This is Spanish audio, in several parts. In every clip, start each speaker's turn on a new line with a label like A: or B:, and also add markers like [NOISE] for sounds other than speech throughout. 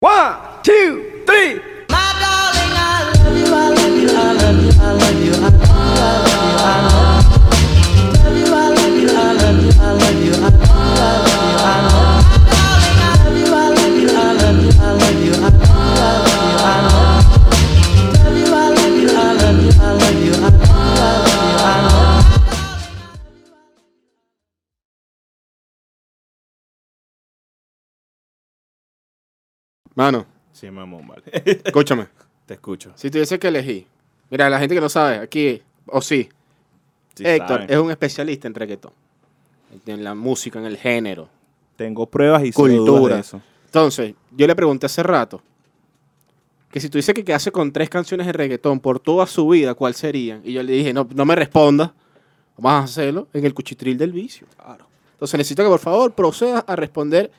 A: One, two, three.
B: Mano,
C: Sí, mamón,
B: [LAUGHS]
C: vale.
B: escúchame.
C: Te escucho.
B: si tuviese que elegir, mira, la gente que no sabe, aquí, o sí,
C: Sí
B: Héctor
C: saben.
B: es un especialista en reggaetón, en la música, en el género.
C: Tengo pruebas y
B: Cultura.
C: cultura.
B: Entonces, yo le pregunté hace rato que si tuviese que quedarse con tres canciones de reggaetón por toda su vida, ¿cuál serían? Y yo le dije, no, no me responda, vamos a hacerlo en el cuchitril del vicio. Claro. Entonces, necesito que por favor procedas a responder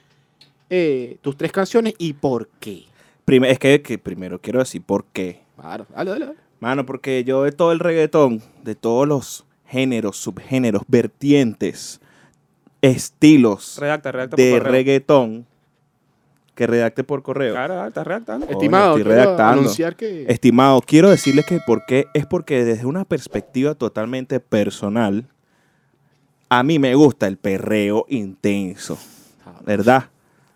B: eh, tus tres canciones y por qué.
C: es que, que primero quiero decir por qué.
B: Claro, dale, dale. dale.
C: Mano, porque yo de todo el reggaetón, de todos los géneros, subgéneros, vertientes, estilos
D: Redacta, redacta.
C: de
D: por correo.
C: reggaetón, que redacte por correo.
D: Claro, redacta, redacta. ¿no?
C: Coño,
B: Estimado,
C: estoy
B: quiero
C: redactando.
B: anunciar que...
C: Estimado, quiero decirles que el por qué es porque desde una perspectiva totalmente personal, a mí me gusta el perreo intenso, ¿verdad?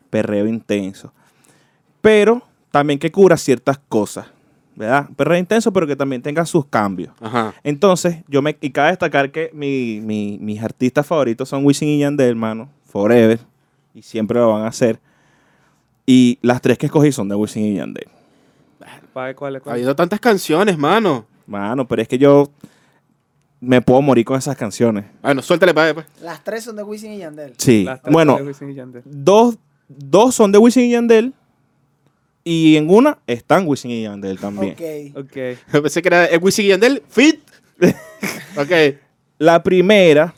C: Perreo intenso. Pero también que cura ciertas cosas, ¿verdad? Perreo intenso, pero que también tenga sus cambios.
B: Ajá.
C: Entonces, yo me. Y cabe destacar que mi- mi- mis artistas favoritos son Wisin y Yandel, hermano. Forever. Y siempre lo van a hacer. Y las tres que escogí son de Wisin y Yandel.
D: Pa' ver cuál es
B: Ha
D: cuál.
B: habido tantas canciones, mano.
C: Mano, pero es que yo. Me puedo morir con esas canciones.
B: Bueno, suéltale para pues.
E: Las tres son de Wisin y Yandel.
C: Sí.
D: Las tres
C: Bueno,
D: de Wisin y Yandel.
C: dos, dos son de Wisin y Yandel. Y en una están Wisin y Yandel también.
E: Ok.
D: Ok.
B: [LAUGHS] Yo Pensé que era el Wisin y Yandel, fit. [LAUGHS] ok.
C: La primera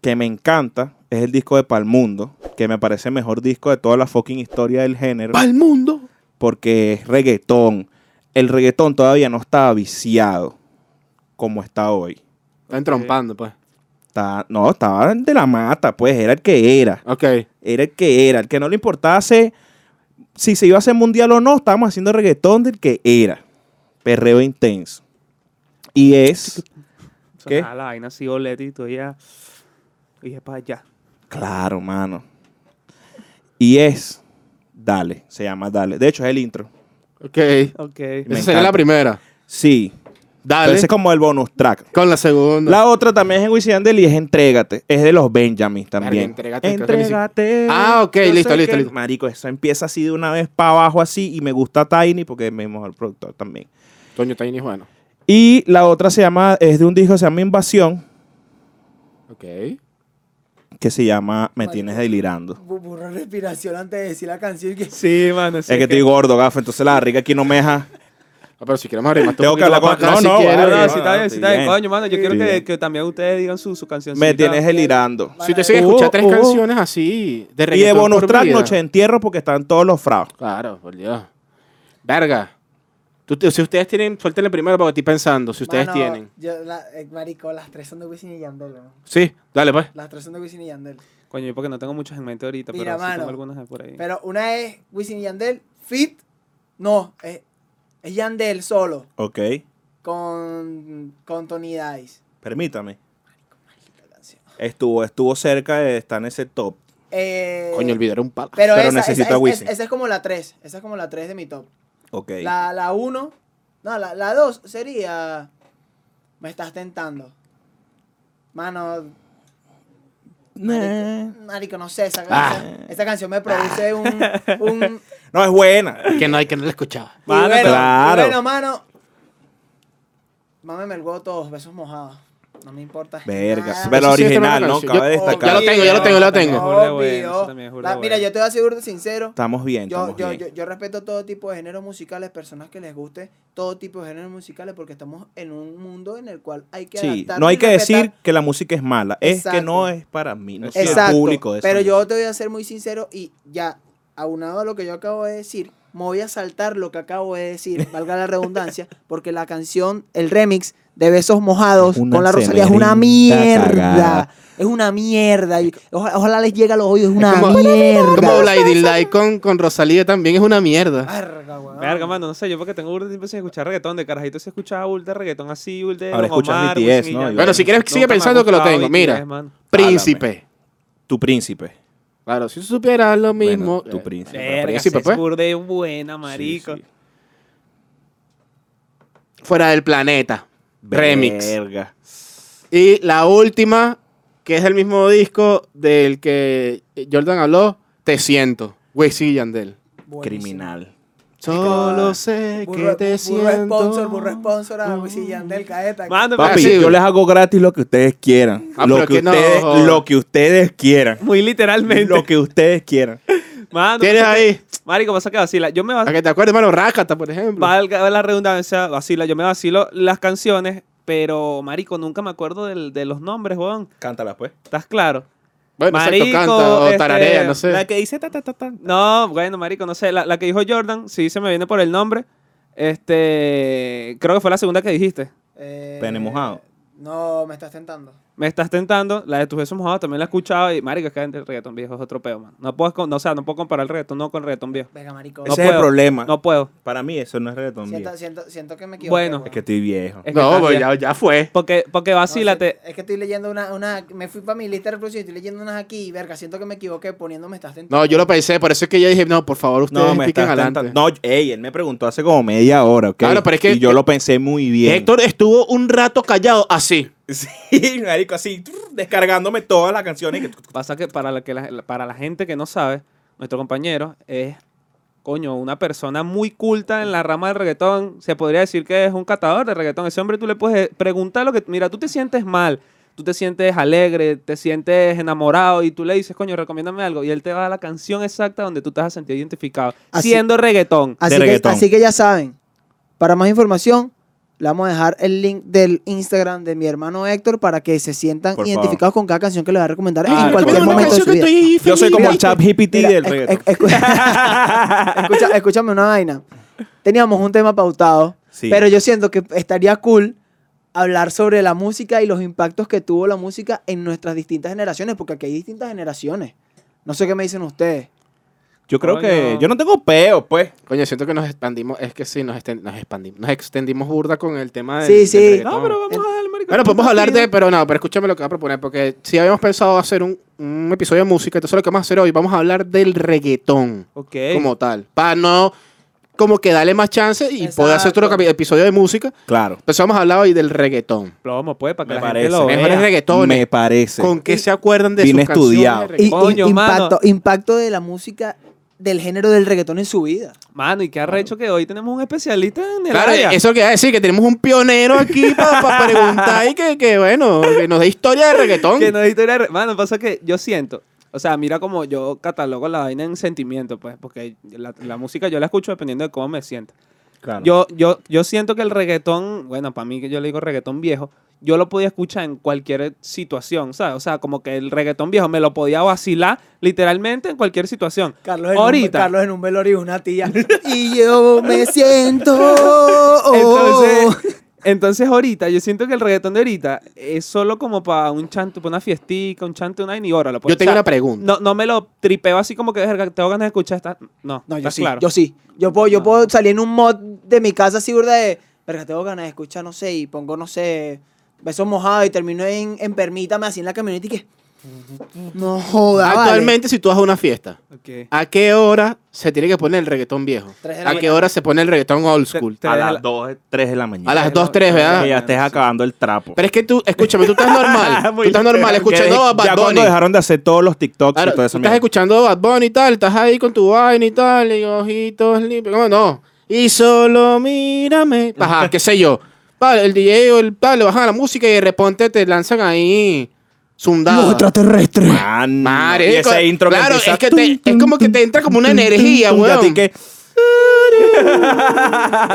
C: que me encanta es el disco de Palmundo, que me parece el mejor disco de toda la fucking historia del género.
B: ¡Pa'l mundo!
C: porque es reggaetón. El reggaetón todavía no estaba viciado como está hoy.
B: Están trompando, pues.
C: Está- no, estaba de la mata, pues era el que era.
B: Ok.
C: Era el que era. El que no le importaba hacer- si se iba a hacer mundial o no, estábamos haciendo reggaetón del que era. Perreo intenso. Y es. ¿Qué?
D: ¿Qué? la vaina así, boletito, ya. Y es para allá.
C: Claro, mano. Y es. Dale, se llama Dale. De hecho, es el intro.
B: Ok. Esa
D: Ok.
C: Me
B: sería la
C: encanta.
B: primera.
C: Sí.
B: Dale.
C: Pero ese es como el bonus track.
B: Con la segunda.
C: La otra también es en Wisin y Yandel y es Entrégate. Es de los Benjamins también.
B: Verga, Entrégate, creo que ni si-
C: Entrégate.
B: Ah, ok,
C: Yo
B: listo,
C: sé
B: listo,
C: que-
B: listo.
C: Marico, eso empieza así de una vez para abajo así y me gusta Tiny porque es mi mejor productor también.
B: Toño Tiny es bueno.
C: Y la otra se llama, es de un disco que se llama Invasión,
B: Ok.
C: que se llama Me
E: Marico.
C: tienes delirando.
E: Bu- Burro respiración antes de decir la canción. Que...
D: Sí, mano.
C: es que estoy gordo, gafo, entonces la rica aquí no me deja.
B: Ah, pero si queremos arrimar
C: Tengo que hablar con- no, no,
D: No, no,
C: Vale,
D: sí
C: no,
D: está bien, sí
C: estoy
D: está bien.
C: bien.
D: Coño, mano, yo quiero
C: Estoy
D: que,
C: bien.
D: que también ustedes digan su, su canción.
C: me tienes delirando.
B: Si te siguen
C: Uh,
B: escuchando tres
C: uh.
B: canciones así, de
C: Y de
B: reggaetón
C: bonus
B: por
C: track,
B: vida.
C: Noche de Entierro, porque están todos los fraos.
B: Claro, por Dios. Verga. Tú te- si ustedes tienen, suéltenle primero para que estoy pensando, si ustedes
E: Mano,
B: tienen.
E: yo la- eh, marico, las tres son de Wisin y Yandel. ¿no?
B: Sí, dale pues.
E: Las tres son de Wisin y Yandel.
D: Coño, yo porque no tengo muchas en mente ahorita,
E: Mira,
D: pero sí
E: mano,
D: tengo algunas por ahí.
E: Pero una es Wisin y Yandel, Fit. No, es, es Yandel solo.
C: Ok,
E: Con, con Tony Dice.
C: permítame.
E: La canción.
C: Estuvo, estuvo cerca de estar en ese top.
E: Eh,
B: Coño, el video era un palo.
E: Pero,
C: Pero
E: esa,
C: necesito
E: esa-
C: a
E: es-
C: Wisin.
E: es- esa es como la 3. Esa es como la 3 de mi top.
C: Ok.
E: La, la 1. No, la, la 2 sería. Me estás tentando. Mano,
C: Nah.
E: marico, no sé. Esa,
B: Ah.
E: canción- esa canción me produce un.
C: [LAUGHS]
E: un
C: No, es buena.
B: Que no hay que no la escuchaba.
E: y bueno,
C: claro.
E: y bueno, mano. Mámeme el huevo todos, besos mojados. No me importa.
C: Verga,
E: nada.
C: pero
B: Eso sí está en
C: original,
B: una
C: ¿no?
B: canción.
C: Cabe
E: Yo-
C: destacar.
B: Ya lo tengo, ya lo tengo, ya lo tengo.
D: Burda de bueno,
E: Obvio.
D: eso también es burda
E: La-
D: de
E: mira,
D: bueno.
E: yo te voy a ser burda sincero.
C: Estamos bien,
E: Yo,
C: estamos
E: yo,
C: bien.
E: yo, yo respeto todo tipo de géneros musicales, personas que les guste todo tipo de géneros musicales, porque estamos en un mundo en el cual hay que
C: sí,
E: adaptarnos
C: no hay
E: y
C: que
E: respetar.
C: decir que la música es mala, es que
E: Exacto.
C: no es para mí, no soy el
E: Exacto,
C: público de esa
E: pero
C: música.
E: yo te voy a ser muy sincero y ya, aunado a lo que yo acabo de decir, me voy a saltar lo que acabo de
C: [LAUGHS]
E: decir, valga la redundancia, porque la canción, el remix de Besos Mojados
C: Es una
E: con la Rosalía es
C: tremenda
E: una mierda.
C: cagada.
E: Es una mierda. y Ojalá, ojalá les llegue a los oídos, es una
B: como-
E: mierda.
B: Como Blinding Light con, con Rosalía también es una mierda.
E: Verga, weón.
D: Verga, mano, no sé, yo porque tengo burda de tiempo sin escuchar reggaetón. De carajito se escuchaba ultra reggaetón así, ultra.
C: Ahora escuchas BTS, ¿no?
B: Bueno, si quieres, sigue pensando que lo tengo. Mira, Príncipe.
C: Tu príncipe.
B: Claro, si supieras lo mismo.
C: Bueno, tu
B: eh,
C: príncipe.
D: Verga,
B: Príncipe,
D: sí,
B: pues.
D: es burda de buena, marico.
C: Sí, sí.
B: Fuera del planeta. Remix.
C: Verga.
B: Y la última, que es el mismo disco del que Jordan habló, Te siento. Wisin y Yandel.
E: Buenísimo.
C: Criminal.
B: Solo sé que
E: Burro,
B: te
E: burro
B: siento.
E: sponsor, burro sponsor a Wisin y Yandel, caeta.
D: Mano,
B: Papi,
C: Papi,
B: Ah, sí,
C: yo
B: güey.
C: les hago gratis lo que ustedes quieran.
B: Ah,
C: lo,
B: pero
C: que
B: que no,
C: ustedes,
B: joder.
C: lo que ustedes quieran.
D: muy literalmente.
C: Lo que ustedes quieran.
D: Mano,
B: Tienes
D: pasa que-
B: ahí.
D: Marico, pasa que vacila. Yo me
B: Para
D: vacilo,
B: que te acuerdes, mano, Rakata, por ejemplo.
D: valga la redundancia, vacila. Yo me vacilo las canciones, pero, marico, nunca me acuerdo del- de los nombres, weón.
C: Cántala, pues.
D: ¿Estás claro?
B: Bueno,
D: Marico,
B: exacto, canta o
D: este,
B: tararea, no sé.
C: La que dice ta ta ta ta.
D: No, bueno, marico, no sé. La, la que dijo Jordan, sí se me viene por el nombre. Este, creo que fue la segunda que dijiste.
E: Eh,
C: Pene mojado.
E: No, me estás tentando.
D: Me estás tentando, la de tus besos mojados también la he escuchado y marico, es que el reggaetón viejo es otro peo, man. No puedo, con- no, o sea, no puedo comparar el reggaetón no con el reggaetón viejo.
E: Venga, marico.
C: Ese
D: No
C: es el
D: puedo,
C: pues, problema.
D: No puedo.
C: Para mí eso no es reggaetón. viejo.
E: Siento, siento, siento que me equivoqué.
D: Bueno.
E: weón.
C: Es que estoy viejo.
D: Es que
B: No,
D: estás
B: pues
D: viejo.
B: ya, ya fue.
D: Porque, porque
E: No,
D: vacílate.
E: siento- es que estoy leyendo una, una. Me fui para mi lista de reproducción y estoy leyendo unas aquí. Verga, siento que me equivoqué poniéndome estás tentando.
B: No, yo lo pensé, por eso es que yo dije, no, por favor, ustedes
C: No, me
B: piquen
C: estás
B: adelante.
C: tentando. No, ey, él me preguntó hace como media hora, ¿ok?
B: Claro, pero es que-
C: y yo lo pensé muy bien.
B: Héctor estuvo un rato callado así.
C: [LAUGHS] Sí, marico, así, trrr, descargándome todas las canciones. que-
D: Pasa que para la, que la- para la gente que no sabe, nuestro compañero es, coño, una persona muy culta en la rama del reggaetón. Se podría decir que es un catador de reggaetón. Ese hombre tú le puedes preguntar lo que... Mira, tú te sientes mal, tú te sientes alegre, te sientes enamorado y tú le dices, coño, recomiéndame algo. Y él te va a dar la canción exacta donde tú te vas a sentir identificado.
E: Así-
D: siendo
B: Ah,
D: reggaetón.
E: Así que,
C: reggaetón.
E: así que ya saben, para más información, le vamos a dejar el link del Instagram de mi hermano Héctor para que se sientan
C: Por favor.
E: identificados con cada canción que le va a recomendar
C: Ah,
E: en cualquier
C: recomiéndame
E: momento de su vida.
C: Yo soy como el chat GPT
E: Mira,
C: del
E: escu-
C: reggaetón.
E: escu-
D: [LAUGHS]
E: escu- Escucha- escúchame una vaina. Teníamos un tema pautado,
C: Sí.
E: pero yo siento que estaría cool hablar sobre la música y los impactos que tuvo la música en nuestras distintas generaciones, porque aquí hay distintas generaciones. No sé qué me dicen ustedes.
C: Yo creo que
D: Coño.
C: yo no tengo peo, pues.
B: Coño, siento que nos expandimos, es que sí, nos, esten- nos expandimos, nos extendimos burda con el tema del
E: Sí,
B: del
E: sí.
B: reggaetón.
D: No, pero vamos a darle, marico.
B: Bueno,
D: tú
B: podemos
D: te
B: hablar de,
D: sientes-
B: pero no, pero escúchame lo que va a proponer, porque si habíamos pensado hacer un, un episodio de música, entonces lo que vamos a hacer hoy, vamos a hablar del reggaetón
D: Ok.
B: como tal, para no como que darle más chance y poder hacer otro
E: Exacto.
B: capi- episodio de música.
C: Claro.
B: Entonces vamos a hablar hoy del reggaetón.
D: Plomo, pues, para que
C: Me
D: la
C: parece. eh.
D: gente lo vea.
B: Mejores reggaetones.
C: Me parece.
B: ¿Con qué se acuerdan de
C: Bien
B: sus canciones
C: estudiado.
B: de
E: Y- y-
D: Coño,
E: impacto,
D: mano.
E: impacto de la música del género del reggaetón en su vida.
D: Mano, y qué arrecho que hoy tenemos un especialista en el
B: Claro,
D: área.
B: eso que iba a decir, que tenemos un pionero aquí para
C: [LAUGHS]
B: preguntar y que, que, bueno, que nos dé historia de reggaetón.
D: Que no es historia de re- Mano, pasa que yo siento. O sea, mira como yo catalogo la vaina en sentimiento, pues, porque la, la música yo la escucho dependiendo de cómo me siento.
C: Claro.
D: Yo, yo, yo siento que el reggaetón, bueno, para mí que yo le digo reggaetón viejo, yo lo podía escuchar en cualquier situación, ¿sabes? O sea, como que el reggaetón viejo me lo podía vacilar literalmente en cualquier situación.
E: Carlos en,
D: Ahorita.
E: Un, Carlos en un velorio es una tía. y yo me siento.
D: [LAUGHS]
E: oh.
D: Entonces, [LAUGHS] entonces ahorita, yo siento que el reggaetón de ahorita es solo como para un chanto, para una fiestica, un chanto, una y ahora lo
B: Yo tengo una pregunta.
D: No, no me lo tripeo así como que "Verga, tengo ganas de escuchar esta. No,
E: no, yo
D: ¿estás
E: sí,
D: claro.
E: yo sí. Yo puedo, yo
C: Ah.
D: No.
E: puedo salir en un mod de mi casa así, burda de. Verga, tengo ganas de escuchar, no sé, y pongo, no sé, besos mojados y termino en, en permítame así en la camioneta y que. No joda, vale.
B: Actualmente, si tú vas a una fiesta,
D: Ok.
B: ¿a qué hora se tiene que poner el reggaetón viejo?
E: Tres de la
B: ¿A qué
E: mañana.
B: hora se pone el reggaetón old
D: Te-
B: school?
D: te-
C: a
D: de
C: las
D: la-
C: 2, 3 de la mañana.
B: A las 2, 3,
C: Que ya
B: ¿verdad?
C: estés acabando el trapo.
B: Pero es que tú, escúchame, tú estás
C: [LAUGHS]
B: normal. tú
D: Muy
B: estás normal
D: literal,
B: escuchando a
C: ya
B: Bad Bunny.
C: cuando dejaron de hacer todos los TikToks
B: Claro,
C: y todo
B: tú
C: eso.
B: estás escuchando Bad Bunny y tal, estás ahí con tu vaina y tal, y ojitos limpios. ¿Cómo no? Y solo mírame. Ajá, qué sé yo. Vale, el DJ o el tal, le bajan la música y de repente te lanzan ahí. Zundado.
E: extraterrestre.
C: Man,
B: Madre,
C: y ese
B: co-
C: intro
B: claro,
C: que empieza,
B: es que te- es como que te entra como una energía,
C: tum, tum, y a ti
B: weón.
C: que-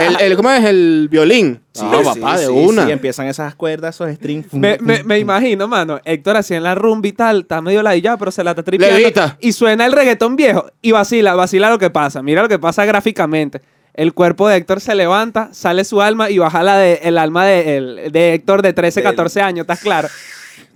B: El, el- ¿Cómo es? El violín. no, papá, de una.
C: Y empiezan esas cuerdas, esos strings.
D: Me, me- me imagino, mano, Héctor así en la rumba y tal, está medio ladillado, pero se la está tripeando.
B: Levita.
D: Y suena el reggaetón viejo y vacila, vacila lo que pasa. Mira lo que pasa gráficamente. El cuerpo de Héctor se levanta, sale su alma y baja la de, el alma de, el- de Héctor de 13,
C: Del-
D: 14 años, ¿estás claro?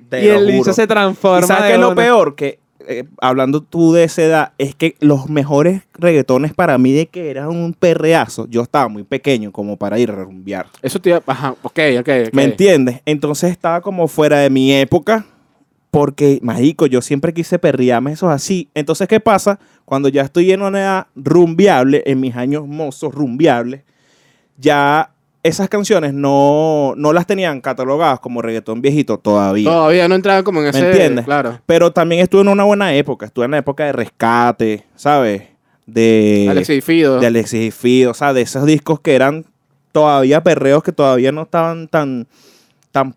C: Te
D: y
C: lo
D: el
C: juro.
D: bicho se transforma.
C: ¿Y ¿Sabes
D: de
C: qué es lo
D: una.
C: peor? Que eh, hablando tú de esa edad, es que los mejores reggaetones para mí de que eran un perreazo, yo estaba muy pequeño como para ir a rumbear.
B: Eso te iba. Ajá, ok, ok. ok.
C: ¿Me entiendes? Entonces estaba como fuera de mi época. Porque, marico, yo siempre quise perrearme esos así. Entonces, ¿qué pasa? Cuando ya estoy en una edad rumbiable, en mis años mozos rumbiables, ya esas canciones no, no las tenían catalogadas como reggaetón viejito todavía.
B: Todavía no entraba como en ese.
C: entiendes?
B: Claro.
C: Pero también estuve en una buena época. Estuve en la época de Rescate, ¿sabes? De
B: Alexis Fido.
C: de Alexis y Fido, o sea, de esos discos que eran todavía perreos que todavía no estaban tan tan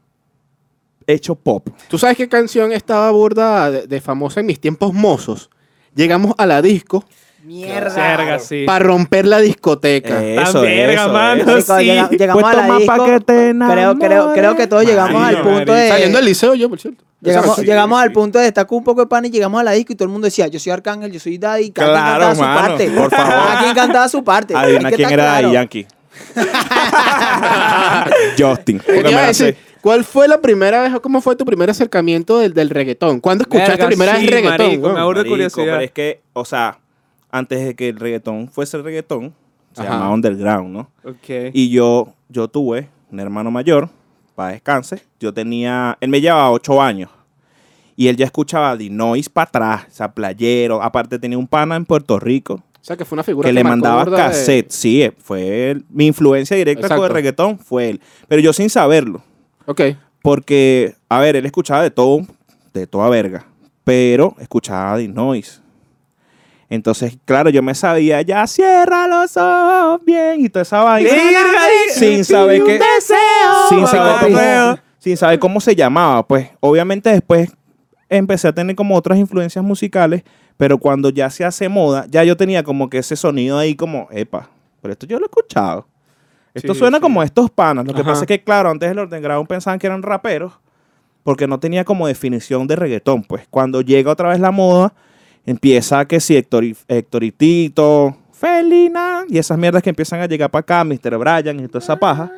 C: hecho pop.
B: ¿Tú sabes qué canción estaba burda de, de famosa en mis tiempos mozos? Llegamos a la disco
E: Mierda.
D: Verga, sí.
B: para romper la discoteca.
C: Eh,
D: Tan
C: eso,
D: verga,
C: eso,
D: mano.
C: eso.
E: Chicos,
D: Sí.
E: llega- llegamos
C: Pues
E: a la
C: toma
E: disco.
C: pa' que te
E: creo, creo, creo que todos llegamos al
D: Marico,
E: punto de.
B: Saliendo del liceo yo, por cierto.
E: Llegamos,
C: Sí,
E: llegamos
C: sí.
E: al punto de destacar un poco de pan y llegamos a la disco y todo el mundo decía, yo soy Arcángel, yo soy Daddy, cada quien
C: Claro,
E: cantaba su
C: mano,
E: parte. [LAUGHS]
C: por favor.
E: Cada quien cantaba su parte.
C: Adivina
E: Hay que
C: quién
E: estar
C: era Daddy
E: claro.
C: Yankee. Justin.
B: Te
C: porque me
B: iba a
C: la
B: decir,
C: sé.
B: ¿Cuál fue la primera vez o cómo fue tu primer acercamiento del, del reggaetón? ¿Cuándo escuchaste
D: Verga,
B: primera vez
D: sí,
B: reggaetón?
D: marico,
B: weón?
D: me aburre
C: Marico,
D: curiosidad.
C: Pero es que, o sea, antes de que el reggaetón fuese el reggaetón, se
B: Ajá.
C: llamaba underground, ¿no?
D: Ok.
C: Y yo, yo tuve un hermano mayor, para descanse. Yo tenía, él me llevaba ocho años. Y él ya escuchaba Dinois para atrás, o sea, playero. Aparte tenía un pana en Puerto Rico
B: O sea, que fue una figura
C: que le
B: marcó
C: mandaba
B: burda de-
C: cassette. Sí, eh, fue él. Mi influencia directa
B: Exacto.
C: con el reggaetón fue él. Pero yo sin saberlo.
B: Ok.
C: Porque, a ver, él escuchaba de todo, de toda verga. Pero escuchaba The Noise. Entonces, claro, yo me sabía ya, cierra los ojos bien y toda esa vaina. sin saber que. Sin saber, cómo, sin saber cómo se llamaba. Pues, obviamente, después empecé a tener como otras influencias musicales. Pero cuando ya se hace moda, ya yo tenía como que ese sonido ahí, como, epa, pero esto yo lo he escuchado. Esto
D: Sí,
C: suena
D: sí.
C: como estos panas. Lo que
B: Ajá.
C: pasa es que, claro, antes del Orden Ground pensaban que eran raperos porque no tenía como definición de reggaetón. Pues cuando llega otra vez la moda, empieza que si Héctor y, Héctor y Tito, Felina, y esas mierdas que empiezan a llegar para acá, Mr. Brian y toda esa paja.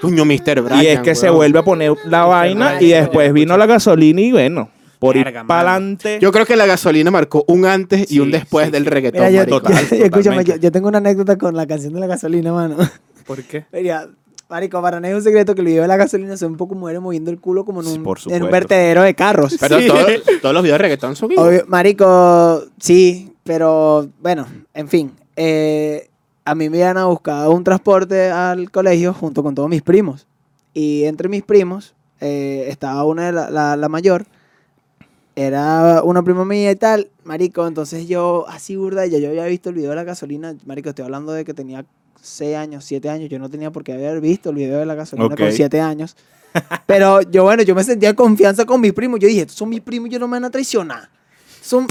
B: Coño, Mr. Brian.
C: y es que se
B: weón.
C: vuelve a poner la vaina y
D: Brian,
C: después vino la gasolina y bueno, por ir
D: Verga,
C: para
D: mano.
C: adelante.
B: Yo creo que la gasolina marcó un antes y
C: Sí,
B: un después
C: sí,
B: del
C: sí.
B: reggaetón.
E: Mira, yo,
B: marico.
C: total,
B: [LAUGHS]
E: yo- [LAUGHS] escúchame,
C: totalmente.
E: yo, yo tengo una anécdota con la canción de la gasolina, mano. [LAUGHS]
D: ¿Por qué?
E: Mira, marico, para nadie es un secreto que el video de la gasolina son un poco mujeres moviendo el culo como en
C: Sí,
E: un,
C: por
E: en
C: supuesto.
E: un vertedero de carros.
B: Pero
E: Sí.
B: todos, todos los videos de reggaetón son
E: [LAUGHS]
B: igual.
E: Obvio, marico, sí, pero bueno, en fin. eh, a mí me iban a buscar un transporte al colegio junto con todos mis primos. Y entre mis primos eh, estaba una de la, la- la mayor. Era una prima mía y tal, marico. Entonces yo, así burda, ya yo había visto el video de la gasolina. Marico, estoy hablando de que tenía 6 años, 7 años. Yo no tenía por qué haber visto el video de la gasolina
C: Ok.
E: con 7 años. Pero yo, bueno, yo me sentía en confianza con mis primos. Yo dije, estos son mis primos, yo no me van a traicionar. Son,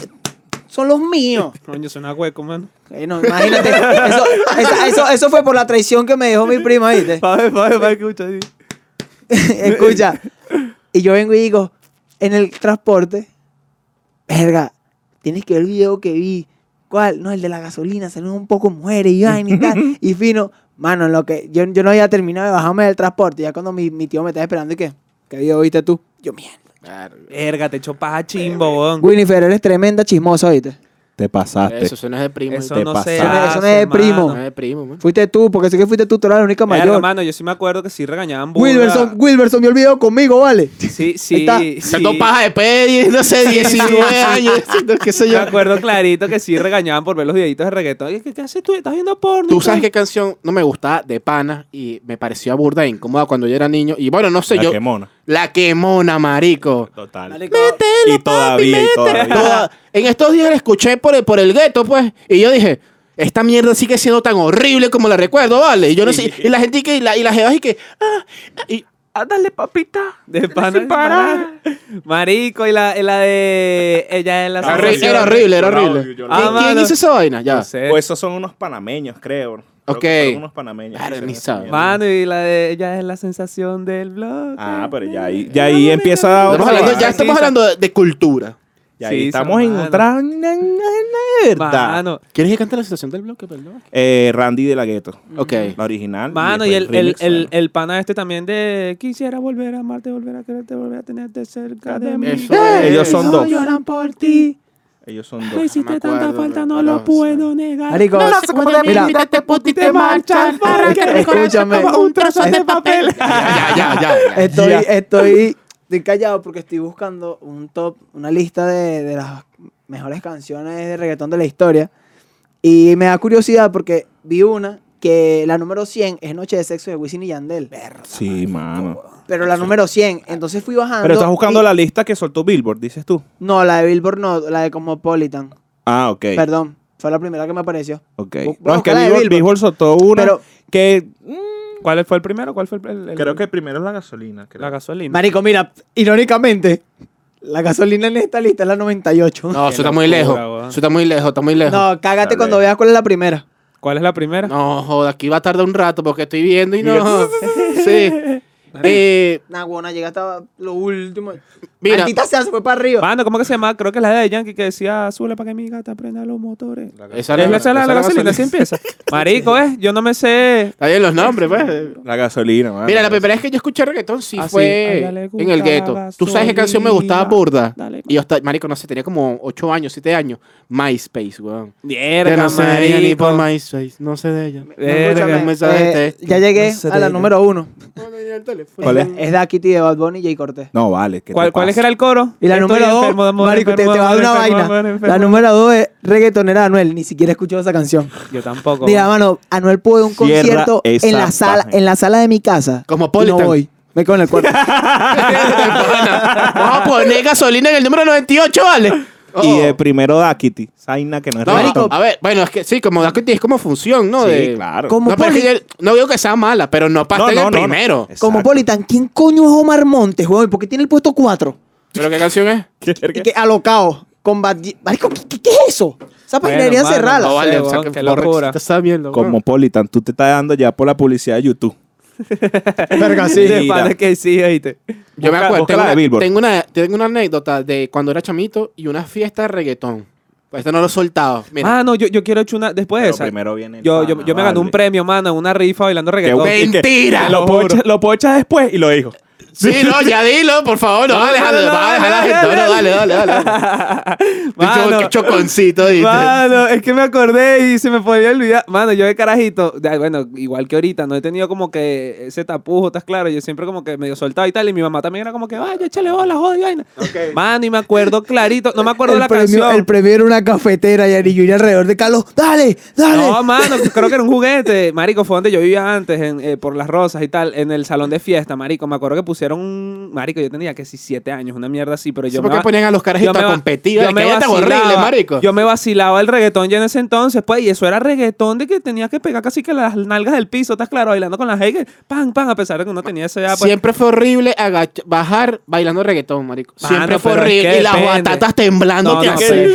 E: son los míos.
D: Coño, suena hueco, mano.
E: Bueno, imagínate. Eso, esa- eso, eso fue por la traición que me dejó mi prima, ¿viste?
D: Pa' ver, pa' ver, pa' ver, escucha. sí.
E: [LAUGHS] Escucha. Y yo vengo y digo, en el transporte, verga, tienes que ver el video que vi. ¿Cuál? No, el de la gasolina, salen un poco mujeres y vaina y
C: [LAUGHS]
E: tal. Y fino, mano, en lo que yo, yo no había terminado de bajarme del transporte. Ya cuando mi, mi tío me estaba esperando y que, ¿qué video viste tú? Yo, mierda.
D: Verga, te echó paja chimbo,
C: Mm.
D: weón.
E: Winifred, eres tremenda chismosa, ¿viste?
C: Te pasaste.
B: Eso, eso no es de primo.
D: Eso
C: te
D: no
C: pasaste.
D: se
C: Eso no-
E: eso no es de
D: hace,
E: primo.
B: No
D: mano.
B: es de primo, man.
E: Fuiste tú, porque sé que fuiste tú, tú eras la única
D: Verga,
E: mayor.
D: mano, yo sí me acuerdo que sí regañaban burda.
E: Wilberson, Wilberson, vio el video conmigo, ¿vale?
D: Sí, sí,
E: está.
D: sí.
B: Sacó paja este de pedi, no sé, 19 años, [LAUGHS] no, qué sé
D: Me
B: yo.
D: acuerdo clarito que sí regañaban por ver los videitos de reggaetón. Y, ¿Qué, qué haces tú? ¿Estás viendo porno?
B: Tú sabes qué canción no me gustaba de pana y me parecía burda e incómoda cuando yo era niño. Y bueno, no sé,
C: La
B: yo.
C: que mona.
B: La quemona, marico.
C: Total.
B: Mételo,
C: y todavía, y todavía.
B: Toda- en estos días la escuché por el, por el gueto, pues, y yo dije, esta mierda sigue siendo tan horrible como la recuerdo, ¿vale? Y yo no sé, y la gente y que, y la, y la jeva y que, ah, y,
D: Ah, dale, papita. De pana. sin parar. Marico, y la, y la de. Ella en la.
B: Horri- era horrible, era horrible.
D: Ah,
B: ¿Quién
D: mano.
C: Pues
B: hizo esa vaina? Ya.
D: No sé.
C: O esos son unos panameños, creo.
B: Ok.
C: unos panameños.
B: Claro,
C: que
B: ni
C: hicieron esa
B: sabe.
C: mierda.
D: Mano, y la de ella es la sensación del blog.
C: Ah, pero ya ahí, ya ahí empieza.
B: Estamos
C: otra
B: hablando-
C: vaina.
B: ya estamos hablando de, de cultura.
C: Ya ahí
D: Sí,
C: estamos en
D: mano.
C: otra vaina, na, na, na, de verdad.
D: Mano,
B: ¿Quieres que cante la situación del bloque, perdón?
C: Eh, Randy de la Gueto.
B: Ok.
C: La original.
D: mano, y el,
C: después
D: el,
C: remix,
D: el,
C: bueno.
D: el pana este también de quisiera volver a amarte, volver a quererte, volver a tenerte cerca de mí.
B: Eso
E: Eh,
B: es.
C: ellos son
D: No
C: dos.
D: lloran por ti.
C: Ellos son
D: Me
C: dos.
D: hiciste
B: me
D: tanta
B: acuerdo,
D: falta, no
B: no,
D: lo
B: no,
D: puedo negar.
E: Marico, mira,
D: te [LAUGHS] marchas para que te
E: escúchame.
D: un trozo [LAUGHS] de papel.
B: Ya, ya, ya. ya.
E: Estoy, estoy, estoy callado porque estoy buscando un top, una lista de, de las mejores canciones de reggaetón de la historia. Y me da curiosidad porque vi una que la número 100 es Noche de Sexo de Wisin y Yandel.
C: Sí, mano.
E: Pero la número 100, entonces fui bajando.
C: Pero estás buscando
E: y-
C: la lista que soltó Billboard, dices tú.
E: No, la de Billboard no, la de Cosmopolitan.
C: Ah, ok.
E: Perdón, fue la primera que me apareció.
C: ok.
E: Bu-
C: No, es
E: busca
C: que
E: la de
C: Billboard,
E: Billboard.
C: Billboard soltó una
E: Pero-
C: que
D: ¿Cuál fue el primero? ¿Cuál fue el, el- el-
C: primero es la gasolina.
D: la gasolina?
E: Marico, mira, irónicamente, la gasolina en esta lista es la 98. No,
B: No, eso está muy
D: locura,
B: lejos.
D: weón.
B: Eso está muy lejos, está muy lejos.
E: cágate
C: Dale.
E: cuando veas cuál es la primera.
D: ¿Cuál es la primera?
B: No, joda, aquí va a tardar un rato porque estoy viendo y no. [LAUGHS] sí. Eh,
E: Nah, buena, llega hasta lo último.
B: Mira.
E: Maldita sea, se fue para arriba.
D: Mano, ¿cómo que se llama? Creo que es la de Yankee que decía, sube para que mi gata prenda los motores.
B: esa
D: es la sala de la
B: esa
D: gasolina, así empieza. Marico, ¿eh? Yo no me sé.
B: Está bien los nombres, pues.
C: La gasolina, mano.
B: Mira, la primera vez que yo escuché reggaetón sí
D: Ah, sí. A
B: fue
D: ella le gusta
B: en el
D: la
B: gueto. ¿Tú sabes qué canción me gustaba
D: gasolina.
B: burda?
D: Dale,
B: Y yo hasta, marico, no sé, tenía como 8 años, 7 años. MySpace, weón.
D: Mierda,
B: no sé de ella ni por
D: marico.
B: MySpace, no sé de ella.
D: Verga.
B: Escúchame.
D: eh,
B: mensaje de texto.
E: Eh, ya llegué
B: No sé
E: a
B: de
E: la
B: ella.
E: número uno.
B: [LAUGHS]
C: ¿Cuál es?
E: Es Da Kitty de Bad Bunny y Jay Cortés.
C: No, vale. ¿qué te
D: ¿Cuál, ¿Cuál es
C: pasa?
D: que era el coro?
E: Y la
D: Estoy
E: número dos,
D: enfermo de amor,
E: marico, te,
D: enfermo
E: te
D: de
E: va a dar
D: amor,
E: una
D: enfermo de
E: vaina.
D: amor,
E: la
D: enfermo de amor.
E: número dos es reggaetonera Anuel, ni siquiera he escuchado esa canción.
D: Yo tampoco.
E: Mira, mano, Anuel pudo un
C: Cierra
E: concierto
C: esa
E: en la sala,
C: página.
E: en la sala de mi casa.
B: Cosmopolitan.
E: Y No voy, me quedo en el cuarto.
B: Ah, Vamos a poner gasolina en el número 98, ¿vale?
C: Y
B: Oh.
C: de primero da Kitty. Zaina que no es
B: No,
C: reggaetón.
B: a ver, bueno, es que sí, como da cuenta, es como función, ¿no?
C: Sí,
B: de,
C: claro.
E: Como
B: no, pero es que yo no digo que sea mala, pero no pasa
C: No,
B: en
C: no,
B: el
C: no, no.
B: primero.
C: Exacto.
E: Cosmopolitan, ¿quién coño es Omar Montes, güey? ¿Por qué tiene el puesto 4?
B: ¿Pero qué canción
D: [LAUGHS]
B: es?
E: Y que alocao, con Bad G- Marico, ¿qué, qué- qué es eso? Esa página
D: Bueno,
E: deberían
D: mano,
E: cerrarla.
D: no
B: vale,
D: sé,
B: o sea,
D: weón,
B: que
D: qué
B: borre-
D: locura.
B: te está viendo, weón.
C: Cosmopolitan, tú te estás dando ya por la publicidad de YouTube.
E: [LAUGHS] Verga, sí.
D: De
C: Mira.
D: pana que sí, oíste.
B: Yo me
C: Busca-
B: acuerdo,
C: busca
B: tengo
C: la de
B: una,
C: Billboard.
B: tengo, una, tengo una anécdota de cuando era chamito y una fiesta de reggaetón. Pues Este no lo he soltado. Mira,
D: Mano, Ah, yo, yo quiero echar una. Después de
C: Pero
D: esa.
C: primero viene el
D: Yo, yo,
C: pana,
D: yo me gané un
C: vale.
D: premio, mano, en una rifa bailando reggaetón.
B: bueno. ¡Mentira!
C: Lo puedo, echar, lo puedo echar después y lo dijo.
B: sí, no, ya dilo, por favor, no,
D: No,
B: Alejandro,
D: no, no,
B: vas a dejar a la gente.
D: no,
B: No, no,
D: no,
B: dale, dale, dale. Dicho,
D: Mano.
B: qué choconcito, ¿viste?
D: Mano, es que me acordé y se me podía olvidar. Mano, yo de carajito, ya, bueno, igual que ahorita, no he tenido como que ese tapujo, estás claro. Yo siempre como que medio soltado y tal. Y mi mamá también era como que, vaya, échale bola, joder, y vaina. Mano, y me acuerdo clarito, no me acuerdo
E: el,
D: la
E: premio,
D: canción.
E: el premio era una cafetera y Ari Yuri alrededor de Carlos. ¡Dale! ¡Dale!
D: No, mano, creo que era un juguete. Marico, fue donde yo vivía antes, en, eh, por las rosas y tal, en el salón de fiesta, marico. Me acuerdo que pusieron un... Marico, yo tenía que si siete años, una mierda así, pero
B: Sí,
D: yo
B: ¿Por
D: me...
B: qué
D: va-
B: ponían a los
D: yo
B: carajitos
D: me
B: a
D: va-
B: competir? Es que ella está
D: vacilaba-
B: horrible, marico.
D: Yo me vacilaba el reggaetón ya en ese entonces, pues, y eso era reggaetón de que tenías que pegar casi que las nalgas del piso, ¿estás claro? Bailando con las Hegel, pan, pan, a pesar de que uno tenía esa edad, pues,
B: Siempre fue horrible agach- bajar bailando reggaetón, marico.
D: Mano,
B: Siempre fue
D: pero es
B: horrible.
D: que
B: y las
D: depende.
B: batatas temblando.
D: No,
B: que
D: no
B: sí.
D: sé.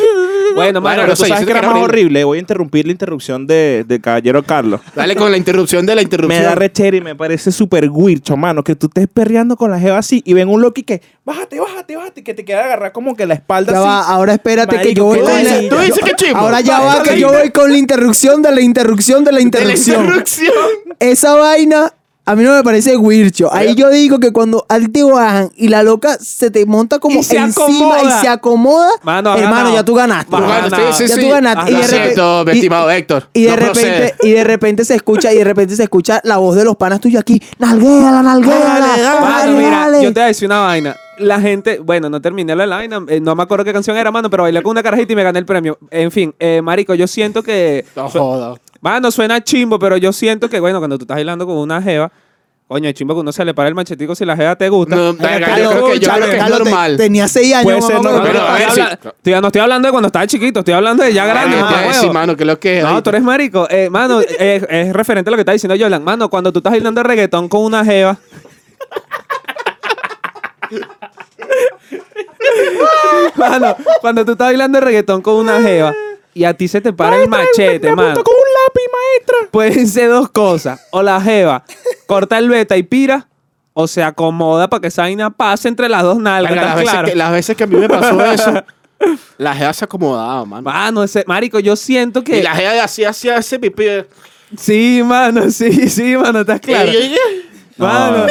D: Bueno,
B: Bueno,
C: Pero
D: mano,
B: no
D: pero
C: tú
B: sé,
D: tú
B: dice
C: sabes que
B: que
C: era
B: era
C: más
B: horrible.
C: horrible. Voy a interrumpir la interrupción de, de Caballero Carlos.
B: Dale con la interrupción de la
C: Me
B: interrupción.
C: da rechera y me parece súper guircho, mano, que tú estés perreando con la jeva así y ven un loqui que bájate, bájate, bájate, que te queda agarrar como que la espalda
E: Ya
C: así.
E: va, ah. ahora espérate que
C: Marico,
E: yo voy
C: qué
E: con
C: vaina.
E: la-
B: Tú dices
E: yo-
B: que chimbo.
E: Ahora ya va que yo voy con la interrupción de la interrupción de la
B: de la
E: interrupción.
B: interrupción.
E: Esa vaina a mí no me parece guircho. Ahí yo digo que cuando al te bajan y la loca se te monta como
D: Y se
E: encima
D: acomoda.
E: y se acomoda,
D: Mano, ha
E: hermano,
D: ganado.
E: ya tú ganaste.
D: Tú
B: Bueno,
D: ganaste,
B: sí, sí,
E: ya
B: sí.
E: tú ganaste.
B: Lo
D: Y de repe-
B: siento,
E: y-
B: estimado Héctor.
E: Y de
B: No procede.
E: repente, y de repente se escucha, y de repente se escucha la voz de los panas tuyos aquí. Nalguéala, nalguéala.
B: Dale, dale,
E: dale,
D: Mano, mira,
E: dale".
D: yo te voy a decir una vaina. La gente, bueno, no terminé lo de la vaina, eh, no me acuerdo qué canción era, mano, pero bailé con una carajita y me gané el premio. En fin, eh, marico, yo siento que...
B: No jodas.
D: Mano, suena chimbo, pero yo siento que, bueno, cuando tú estás bailando con una jeva, coño, es chimbo que uno se le para el machetico si la jeva te gusta.
B: No,
E: Ay,
B: verga,
E: Carlos,
B: yo creo que, yo
E: Carlos,
B: creo que es
E: Carlos, te-
B: normal.
E: tenía 6 años.
C: Puede ser
E: mamá, mamá.
C: normal.
D: Pero,
B: Pero, a ver,
D: estoy
B: sí,
D: habla- estoy- no estoy hablando de cuando estaba chiquito, estoy hablando de ya grande.
B: Ay,
D: mamá,
B: te voy a decir,
D: huevo.
B: mano, que lo que es.
D: No,
B: ahí.
D: tú eres marico.
B: [LAUGHS]
D: Eh, mano, es, es referente a lo que está diciendo Yolan. Mano, cuando tú estás bailando reggaetón con una jeva. [LAUGHS] mano, cuando tú estás bailando reggaetón con una jeva y a ti se te para el machete, mano.
C: con un
D: Pueden ser dos cosas. O la jeva corta el beta y pira, o se acomoda para que esa vaina pase entre las dos nalgas.
B: Verga,
D: ¿estás
B: las, veces
D: claro?
B: que, las veces que a mí me pasó eso, la jeva se acomodaba, mano.
D: Mano, ese, marico, yo siento que...
B: Y la jeva hacía, hacía ese pipí.
D: Sí, mano, sí, sí, mano, estás claro.
B: Y yo llegué.
D: Mano,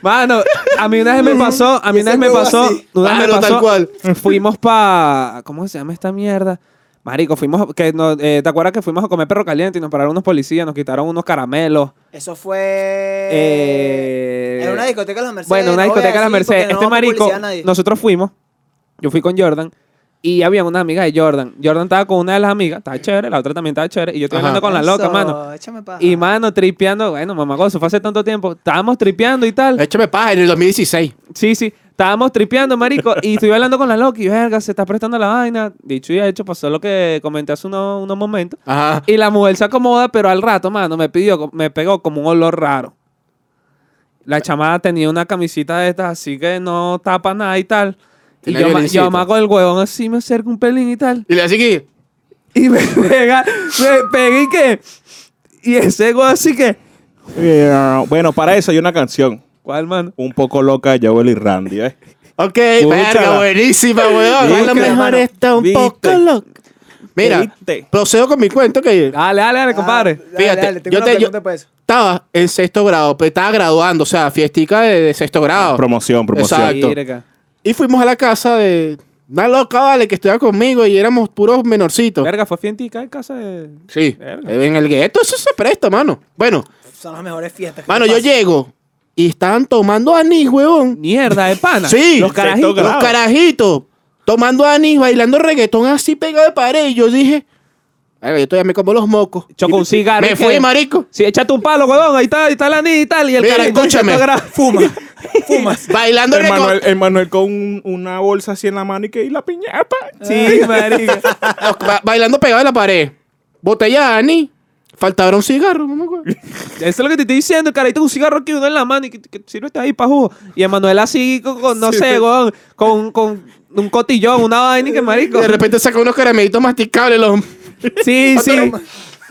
D: mano, a mí una vez me pasó, a mí
E: Y
D: una
E: ese
D: vez me
E: huevo
D: pasó,
E: así.
D: una vez me
B: Claro, tal
D: pasó,
B: cual.
D: fuimos pa, ¿cómo se llama esta mierda? Marico, fuimos, que nos- eh, ¿te acuerdas que fuimos a comer perro caliente y nos pararon unos policías, nos quitaron unos caramelos?
E: Eso fue.
D: Eh,
E: en una discoteca de las Mercedes.
D: Bueno,
E: no voy
D: una
E: a
D: discoteca de
E: decir
D: las
E: porque
D: Mercedes.
E: no
D: Este
E: vamos a
D: marico,
E: publicidad a nadie.
D: nosotros fuimos. Yo fui con Jordan. Y había una amiga de Jordan. Jordan estaba con una de las amigas. Estaba chévere. La otra también estaba chévere. Y yo estoy
B: Ajá.
D: hablando con la loca,
E: Eso,
D: mano.
E: Échame paja.
D: Y, mano, tripeando. Bueno, mamagoso, fue hace tanto tiempo. Estábamos tripeando y tal.
B: Échame paja en el 2016.
D: Sí, sí. Estábamos tripeando, marico. y estoy hablando con la loca. Y, verga, se está prestando la vaina. Dicho y hecho, pasó lo que comenté hace unos, unos momentos.
B: Ajá.
D: Y la mujer se acomoda, pero al rato, mano, me pidió, me pegó como un olor raro. La chamada tenía una camisita de estas, así que no tapa nada y tal. Y
B: Tenía
D: yo, ma-
B: violincito.
D: yo me hago el huevón así, me acerco un pelín y tal.
B: Y le decía que.
D: Y me [LAUGHS] pega, me pega y que. Y ese huevón así que.
C: Yeah. Bueno, para eso hay una canción.
D: ¿Cuál, mano?
C: Un poco loca de Joel y Randy, ¿eh?
B: Ok,
C: Escúchala.
B: verga, buenísima, weón.
C: Viste,
B: A lo mejor
C: hermano,
B: está un
C: viste.
B: poco loco. Mira,
C: Viste.
B: procedo con mi cuento que
D: Dale, dale, dale,
E: Ah,
D: compadre.
E: dale,
B: Fíjate,
E: dale, tengo
B: yo
E: una
B: te- yo-
E: pregunta pues, para eso.
B: estaba en sexto grado, pero estaba graduando, o sea, fiestica de, de sexto grado.
C: Promoción, promoción.
B: Ah. Exacto.
D: Virga.
B: y fuimos a la casa de una loca, vale, que estudiaba conmigo y éramos puros menorcitos.
D: Verga, fue fientica en casa de.
B: Sí, Eh,
D: Verga.
B: en el gueto eso se presta, mano. Bueno,
E: Son las mejores fiestas. que
B: mano,
E: me
B: yo
E: pasan.
B: llego y estaban tomando anís, huevón.
D: Mierda de pana.
B: Sí,
D: los carajitos.
B: Los carajitos. Tomando anís, bailando reggaetón así pegado de pared. Y yo dije, "Verga, yo todavía me como los mocos.
D: Chocó un cigarro.
B: Me
D: y
B: fui,
D: que-
B: marico.
D: Sí, échate un palo, huevón. Ahí está, ahí está la niña y tal. Y el
B: Mira,
D: carajito
B: escúchame.
D: echando gra- [LAUGHS]
E: Fuma. Fumas.
B: Bailando
C: El Manuel,
B: reggaetón.
C: el Manuel con un- una bolsa así en la mano y que y la piñata.
D: Sí, marica.
B: [LAUGHS] Ba- bailando pegado a la pared. Botella de anís. Faltaba un cigarro, no me acuerdo.
D: Eso es lo que te estoy diciendo, carajito, un cigarro aquí, uno en la mano y que, que sirve ahí para jugo. Y Emanuel así, con, con, no sé, weón, con, con un cotillón, una vaina y que marico.
B: De repente saca unos caramelitos masticables. Los... [LAUGHS]
D: Sí, sí.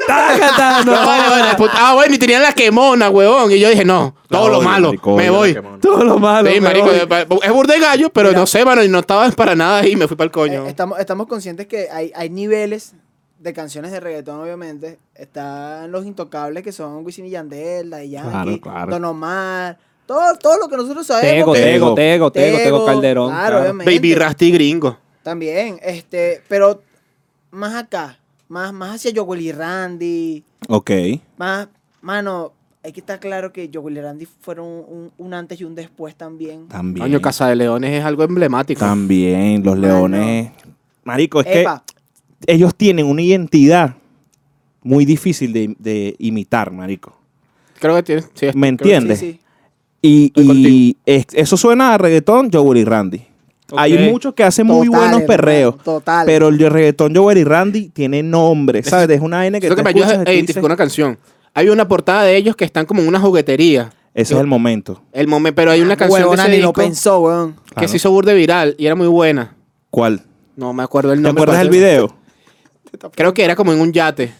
D: Tácata, no,
B: No, [LAUGHS] vale, vale,
D: no,
B: puta. ah, bueno, y tenían la quemona, huevón. Y yo dije, no, todo
C: La
B: lo
C: odio,
B: malo.
C: marico,
B: me
C: odio la
B: voy.
C: quemona.
D: Todo lo malo.
B: Sí,
D: weón.
B: marico, eh, es burde gallo, pero no sé, mano, y no estaba para nada ahí, me fui para el coño.
E: Eh, estamos, estamos conscientes que hay, hay niveles de canciones de reggaetón, obviamente. Están los intocables que son Wisin y Yandel, Daddy Yankee,
C: Claro, claro.
E: Don Omar, todo, todo lo que nosotros
D: Tego,
E: sabemos. que-
D: Tego, Tego, Tego, Tego Calderón.
E: Claro,
D: claro.
E: obviamente.
B: Baby Rasty gringo.
E: También, este, pero más acá, más, más hacia Yowell y Randy,
C: Ok.
E: más, mano, hay que estar claro que Yowell y Randy fueron un, un antes y un después también.
C: También.
B: Coño, Casa de Leones es algo emblemático.
C: También, los leones. Marico, es
E: Epa,
C: que ellos tienen una identidad muy difícil de, de imitar, marico.
B: Creo que tiene. sí,
C: ¿Me
B: creo que
E: sí,
C: entiendes?
E: sí.
C: Y,
B: Estoy
C: y es- eso suena a reggaetón, Jowell y Randy.
D: Ok.
C: Hay muchos que hacen muy
E: Total,
C: buenos
E: hermano,
C: perreos.
E: total.
C: Pero el de reggaetón Jowell y Randy tiene nombre, ¿sabes? Es una N
B: sí.
C: que,
B: Eso
C: tú
B: que me eh,
C: escuchas
B: ayuda
C: y tú
B: a identificar
C: dices,
B: una canción. Hay una portada de ellos que están como en una juguetería.
C: Ese es el momento.
B: El momen- pero hay una
C: Ah,
B: canción
E: Ah, Huevona,
B: de ese
E: ni
B: disco
E: lo pensó, weón.
B: que
C: Claro.
B: se hizo burde viral y era muy buena.
C: ¿Cuál?
B: No me acuerdo el
C: ¿Te
B: nombre.
C: acuerdas del
B: pero-
C: video?
B: Creo que era como en un yate.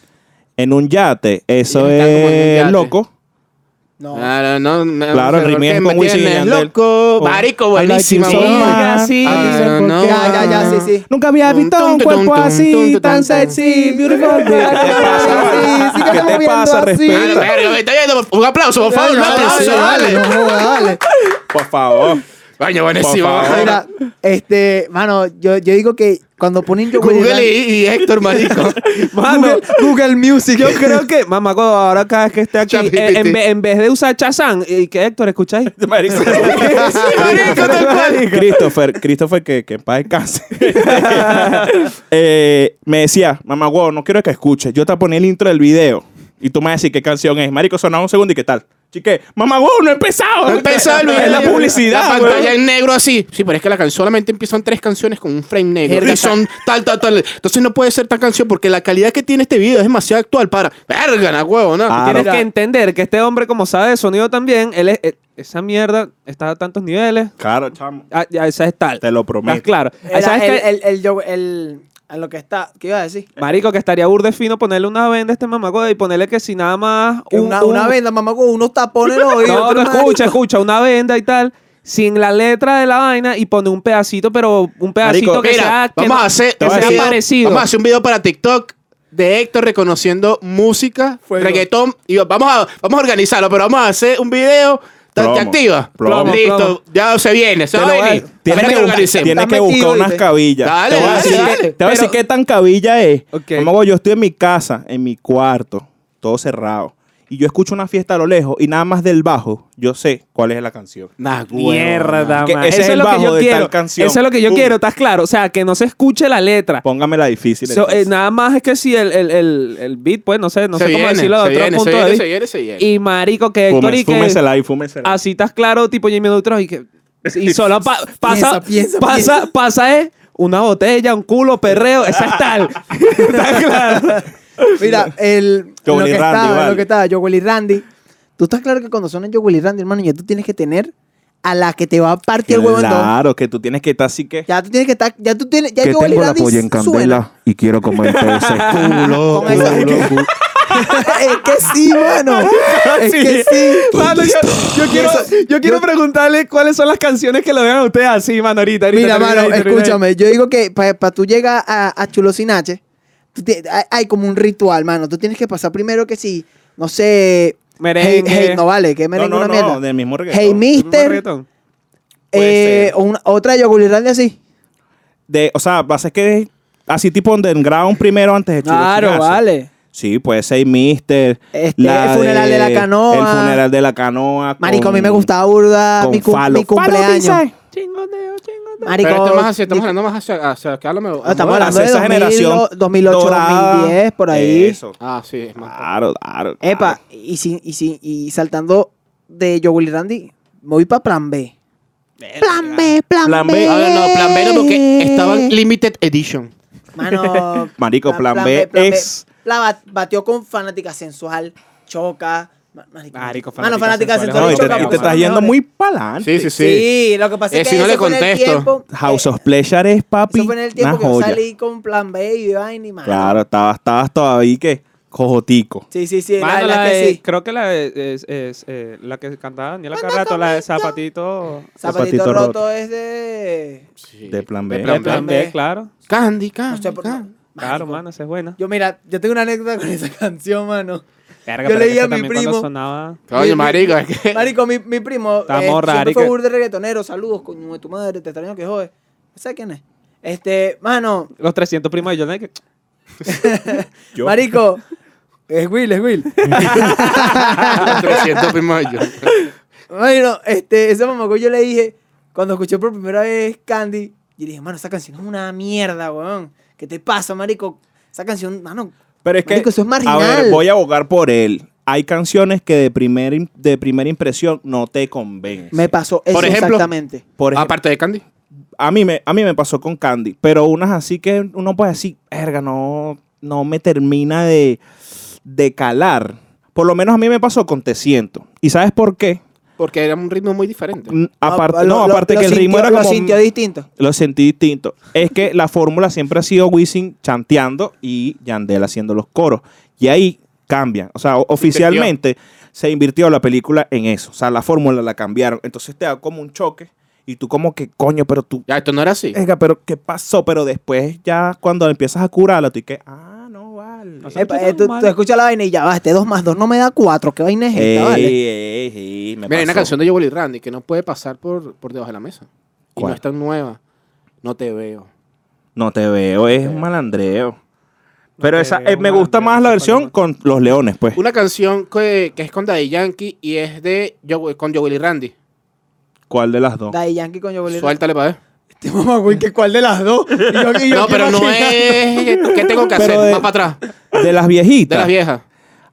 C: En un yate. Eso
B: Ellos están como en un
C: es
B: yate.
C: loco.
E: No.
B: Claro, no, no,
C: Claro, el
B: pero
C: remix
B: que
C: es
B: me
C: con Wisin y
B: tienes
C: Yandel.
B: loco.
C: Oh.
B: Marico,
C: I like you
B: buenísima.
C: so
B: weón.
C: much.
D: Verga, sí,
B: Ah,
D: dicen por
B: no.
D: qué.
E: Ya, ya, ya, sí, sí.
C: Nunca había
B: Tum,
C: visto
B: tum,
C: un
B: tum,
C: cuerpo
B: tum, tum,
C: así,
B: tum,
C: tan
B: tum,
C: sexy,
E: [LAUGHS]
C: beautiful. ¿Qué te pasa?
E: Sí, sí,
C: ¿Qué
E: sigamos
C: te
E: viendo así.
C: pasa,
B: Ah, la
C: respeta?
B: verga, me está yendo. Un aplauso, por favor, un
E: Dale,
B: aplauso,
E: dale,
B: dale.
E: no jodas, dale.
C: Por favor.
B: Coño, buenísima.
C: Por favor.
E: Mira, este, mano, yo, yo digo que cuando ponen yo
B: Google y, y Héctor, marico.
D: Mano,
E: Google Music,
D: yo creo que, mamá, coño, ahora cada vez que esté aquí,
B: ChatGPT.
D: eh, en, ve- en vez de usar Chazán, y que Héctor, escucháis.
C: [LAUGHS] Marico.
D: [LAUGHS]
C: [LAUGHS] Christopher, Christopher, que, que en paz descanse. [LAUGHS] Eh, me decía, mamá, wow, no quiero que escuches. Yo te ponía el intro del video y tú me decís qué canción es. Marico, sonaba un segundo y qué tal. Chique, mamá, wow, no he empezado.
B: No empezó el video.
C: Es [LAUGHS] la publicidad.
B: La
C: weón.
B: pantalla en negro así. Sí, pero es que la canción solamente empiezan tres canciones con un frame negro.
E: Verga,
B: y son tal, tal, tal. Entonces no puede ser tan canción porque la calidad que tiene este video es demasiado actual para. Verga, na huevo, ¿no?
C: Ah.
D: Tienes
C: Claro.
D: que entender que este hombre, como sabe de sonido también, él es- él- esa mierda está a tantos niveles.
C: Claro, chamo.
D: Ah, ya, esa es tal.
C: Te lo prometo.
D: Estás claro. Ah,
E: Era
D: ¿Sabes
E: el,
D: qué?
E: el, el, yo- el- a lo que está. ¿Qué iba a decir?
D: Marico, que estaría burde fino ponerle una venda a este mamaco y ponerle que si nada más.
E: Que una, una venda, mamá, con unos tapones en los oídos.
D: No, no,
E: otro marico.
D: escucha, escucha, una venda y tal. Sin la letra de la vaina y pone un pedacito, pero un pedacito
B: Marico,
D: que
B: mira,
D: sea, que
B: vamos
D: no-
B: a hacer
D: que
B: un
D: sea
B: video-
D: parecido.
B: Vamos a hacer un video para TikTok de Héctor reconociendo música,
E: Fuego.
B: reggaetón. Y vamos a, vamos a organizarlo, pero vamos a hacer un video. ¿Te, te
C: Promo,
B: activa?
C: promo.
B: Listo,
D: Promo.
B: ya se viene, se
C: Te
B: va
C: lo
B: a
C: voy a-
B: venir.
C: Tienes
B: Ahora
C: que
B: lo
C: buscar,
B: organicemos.
C: tienes
E: Estás
C: que buscar
E: metido,
C: unas
E: ¿viste?
C: cabillas.
B: Dale,
C: te voy a
B: dale,
C: decir,
B: dale.
C: te voy a decir
D: Pero-
C: qué tan cabilla es.
D: Ok.
C: Mamá, yo estoy en mi casa, en mi cuarto, todo cerrado. Y yo escucho una fiesta a lo lejos y nada más del bajo, yo sé cuál es la canción.
B: Nah,
D: Mierda,
C: Que
D: man.
C: ese
D: Ah, Eso
C: es
D: es
C: el
D: lo que
C: bajo
D: yo
C: de tal
D: quiero. Eso
C: canción.
D: es lo que yo
C: Pum.
D: quiero, ¿estás claro? O sea, que no se escuche la letra.
C: Póngame la difícil.
D: So, eh,
C: entonces.
D: nada más es que si el, el, el, el beat, pues no sé, no
B: Se
D: sé
B: viene,
D: cómo decirlo de
B: se
D: otro
B: viene, se
D: punto
B: viene,
D: de
B: se
D: vista.
B: viene, se viene.
D: Y marico, que Héctor
C: Fumes-
D: y eh, que
C: fúmesela ahí, fúmesela.
D: así estás claro, tipo Jimmy Neutron y que y solo pa- pasa,
E: [LAUGHS] Piensa, piensa,
D: pasa, pasa es una botella, un culo, perreo, esa es tal. [LAUGHS] Está claro.
E: Mira, el, lo,
C: Jowell y
E: que
C: Randy,
E: estaba,
C: vale.
E: lo que estaba, Jowell y Randy. Tú estás claro que cuando suena Jowell y Randy, hermano, ya tú tienes que tener a la que te va a partir el huevo en dos.
C: Claro, que tú tienes que estar así que.
E: Ya tú tienes que estar, ya tú tienes, ya Jowell y Randy suena.
C: y quiero comer ese culo.
E: Con esa-
C: culo, culo.
E: [LAUGHS] es que sí,
C: [LAUGHS]
E: mano.
C: Ah,
E: es que sí.
D: Mano, yo, yo quiero, yo quiero preguntarle cuáles son las canciones que lo vean a ustedes así, mano, ahorita. ahorita,
E: Mira,
D: ahorita,
E: mano,
D: ahorita, ahorita.
E: escúchame. Yo digo que para tú llegar a, a Chulosinache, tú ti- hay, hay como un ritual, mano. Tú tienes que pasar primero que si, no sé. Hey,
D: Merengue.
E: hey, no vale, que
C: No,
E: merengue
C: no,
E: una mierda.
C: no, del mismo reggaetón.
E: hey,
D: ¿Es un buen
E: mister.
D: reggaetón?
C: Puede
E: eh,
C: ser.
E: o una- otra de Yogurt y Randy así.
C: De, o sea, pasa que así tipo underground primero antes de
E: Claro,
C: Chiricinazo.
E: vale.
C: Sí, puede ser Mister.
E: Este, el funeral de la canoa.
C: El funeral de la canoa.
E: Marico, a
C: con-
E: mí me gustaba burda
C: con
E: mi, cum-
C: falo. este
E: mi cumpleaños.
C: Falo,
D: Chingoneo, chingoneo.
E: Marico,
B: Pero esto es más así, estamos
E: mi-
B: hablando más hacia, hacia acá, lo mejor.
E: Ah, estamos
C: Bueno,
E: hablando de
C: esa
E: 2000,
C: generación.
E: 2008,
C: dorada.
E: 2010, por ahí.
C: Eso.
B: Ah, sí, es más.
C: Claro, claro. claro.
E: Epa, y, sin, y, sin, y saltando de Yogurt y Randy, me voy para plan B. Plan B, plan,
C: Plan B.
E: B.
B: A ver, no, plan B no, porque estaban Limited Edition.
E: Mano.
C: Marico, plan B es-
E: La bat- batió con fanática sensual, choca. ma- Marico,
D: Marico,
E: mano,
D: Fanática
E: fanática
D: Sensual es
E: sensual.
C: No, y te,
E: choca,
C: y te
E: porque
C: estás
E: son
C: yendo
E: mejores.
C: muy pa'lante.
B: Sí, sí, sí.
E: Sí, lo que pasa
B: Eh,
E: es que
B: si no
E: eso
B: le
E: fue en el
B: contesto.
E: tiempo.
C: House
E: eh,
C: of Pleasure es papi.
E: Eso fue en el tiempo
C: una
E: que yo
C: joya.
E: salí con plan B y vaina y mano.
C: Claro, estabas, estabas todavía que cojotico.
E: Sí, sí, sí.
D: Mano,
E: la verdad
D: la
E: que
D: de-
E: sí.
D: Creo que la de- es, es, eh, la que cantaba Daniela Carrato, la de Zapatito.
E: Zapatito,
C: Zapatito
E: roto,
C: roto.
E: es de.
C: De plan B.
B: De
D: Plan,
B: plan
D: plan
B: B.
D: B, claro.
B: Candy,
E: No
B: Candy.
E: sé por-
B: candy.
D: Claro, mano, esa es buena.
E: Yo, mira, yo tengo una anécdota con esa [LAUGHS] canción, mano.
D: Verga,
E: yo
D: pero
E: leí
D: es que
E: a mi
D: también cuando
E: primo-
D: sonaba...
E: Mi- mi-
B: Coño, marico, es
E: [LAUGHS]
B: que. [LAUGHS]
E: Marico, mi, mi primo.
D: Está
E: eh,
D: morra,
E: siempre
D: marico.
E: fue burda de reggaetonero. Saludos, coño de tu madre, te extraño que jode. ¿Sabes quién es? Este, mano,
D: Los 300 primos de Jordan. que-
C: Yo. [LAUGHS]
E: marico. Es Will, es Will.
B: 300 primos yo.
E: Bueno, este, ese mamacó yo le dije, cuando escuché por primera vez Candy, yo le dije, mano, esa canción es una mierda, weón. ¿Qué te pasa, marico? Esa canción, mano.
C: Pero es que.
E: Marico, eso es marginal.
C: A ver, voy a abogar por él. Hay canciones que de, primer, im- de primera impresión no te convencen.
E: Me pasó eso
B: Por ejemplo.
E: exactamente.
C: por ejemplo,
B: Aparte de Candy.
C: a mí, me, a mí me pasó con Candy, pero unas así que uno puede decir, verga, no, no me termina de, de calar. Por lo menos a mí me pasó con Te Siento. ¿Y sabes por qué?
B: Porque era un ritmo muy diferente.
C: Mm, Aparte,
E: Ah, lo-
C: no,
E: lo-
C: aparte
E: lo
C: que el
E: sintió-
C: ritmo era
E: lo
C: como...
E: sintió distinto.
C: Lo sentí distinto. Es que la fórmula siempre ha sido Wisin chanteando y Yandel haciendo los coros. Y ahí cambian. O sea, o- oficialmente se invirtió la película en eso. O sea, la fórmula la cambiaron. Entonces te da como un choque y tú como que, coño, pero tú...
B: Ya, esto no era así.
C: Venga, pero ¿qué pasó? Pero después ya cuando empiezas a curarla, tú y que, ah, no, vale.
D: O sea,
E: Epa,
D: Escucha
E: eh, tú,
D: normal.
E: tú escuchas la vaina y ya va, este 2 más 2 no me da 4, ¿qué vaina es esta, vale?
C: Ey, ey, ey, me
B: Mira, hay una
C: pasó.
B: canción de Jowell y Randy que no puede pasar por, por debajo de la mesa. Y
C: ¿Cuál?
B: no es tan nueva. No te veo.
C: No te veo, es un malandreo. Pero
D: te
C: esa,
D: veo,
C: eh, me gusta
D: malandreo,
C: más la
D: esa
C: versión con los leones, pues.
B: Una canción que, que es con Daddy Yankee y es de Joe- con Jowell y Randy.
C: ¿Cuál de las dos?
E: Daddy Yankee con Yobolero.
B: Suéltale para ver.
E: Este mamá, güey, que cuál de las dos. Y yo- y yo
B: No,
E: aquí
B: pero no
E: imaginando.
B: es. ¿Qué tengo que
C: Pero
B: hacer?
C: de-
B: Más para atrás.
C: De las
B: De
C: viejitas.
B: las viejas.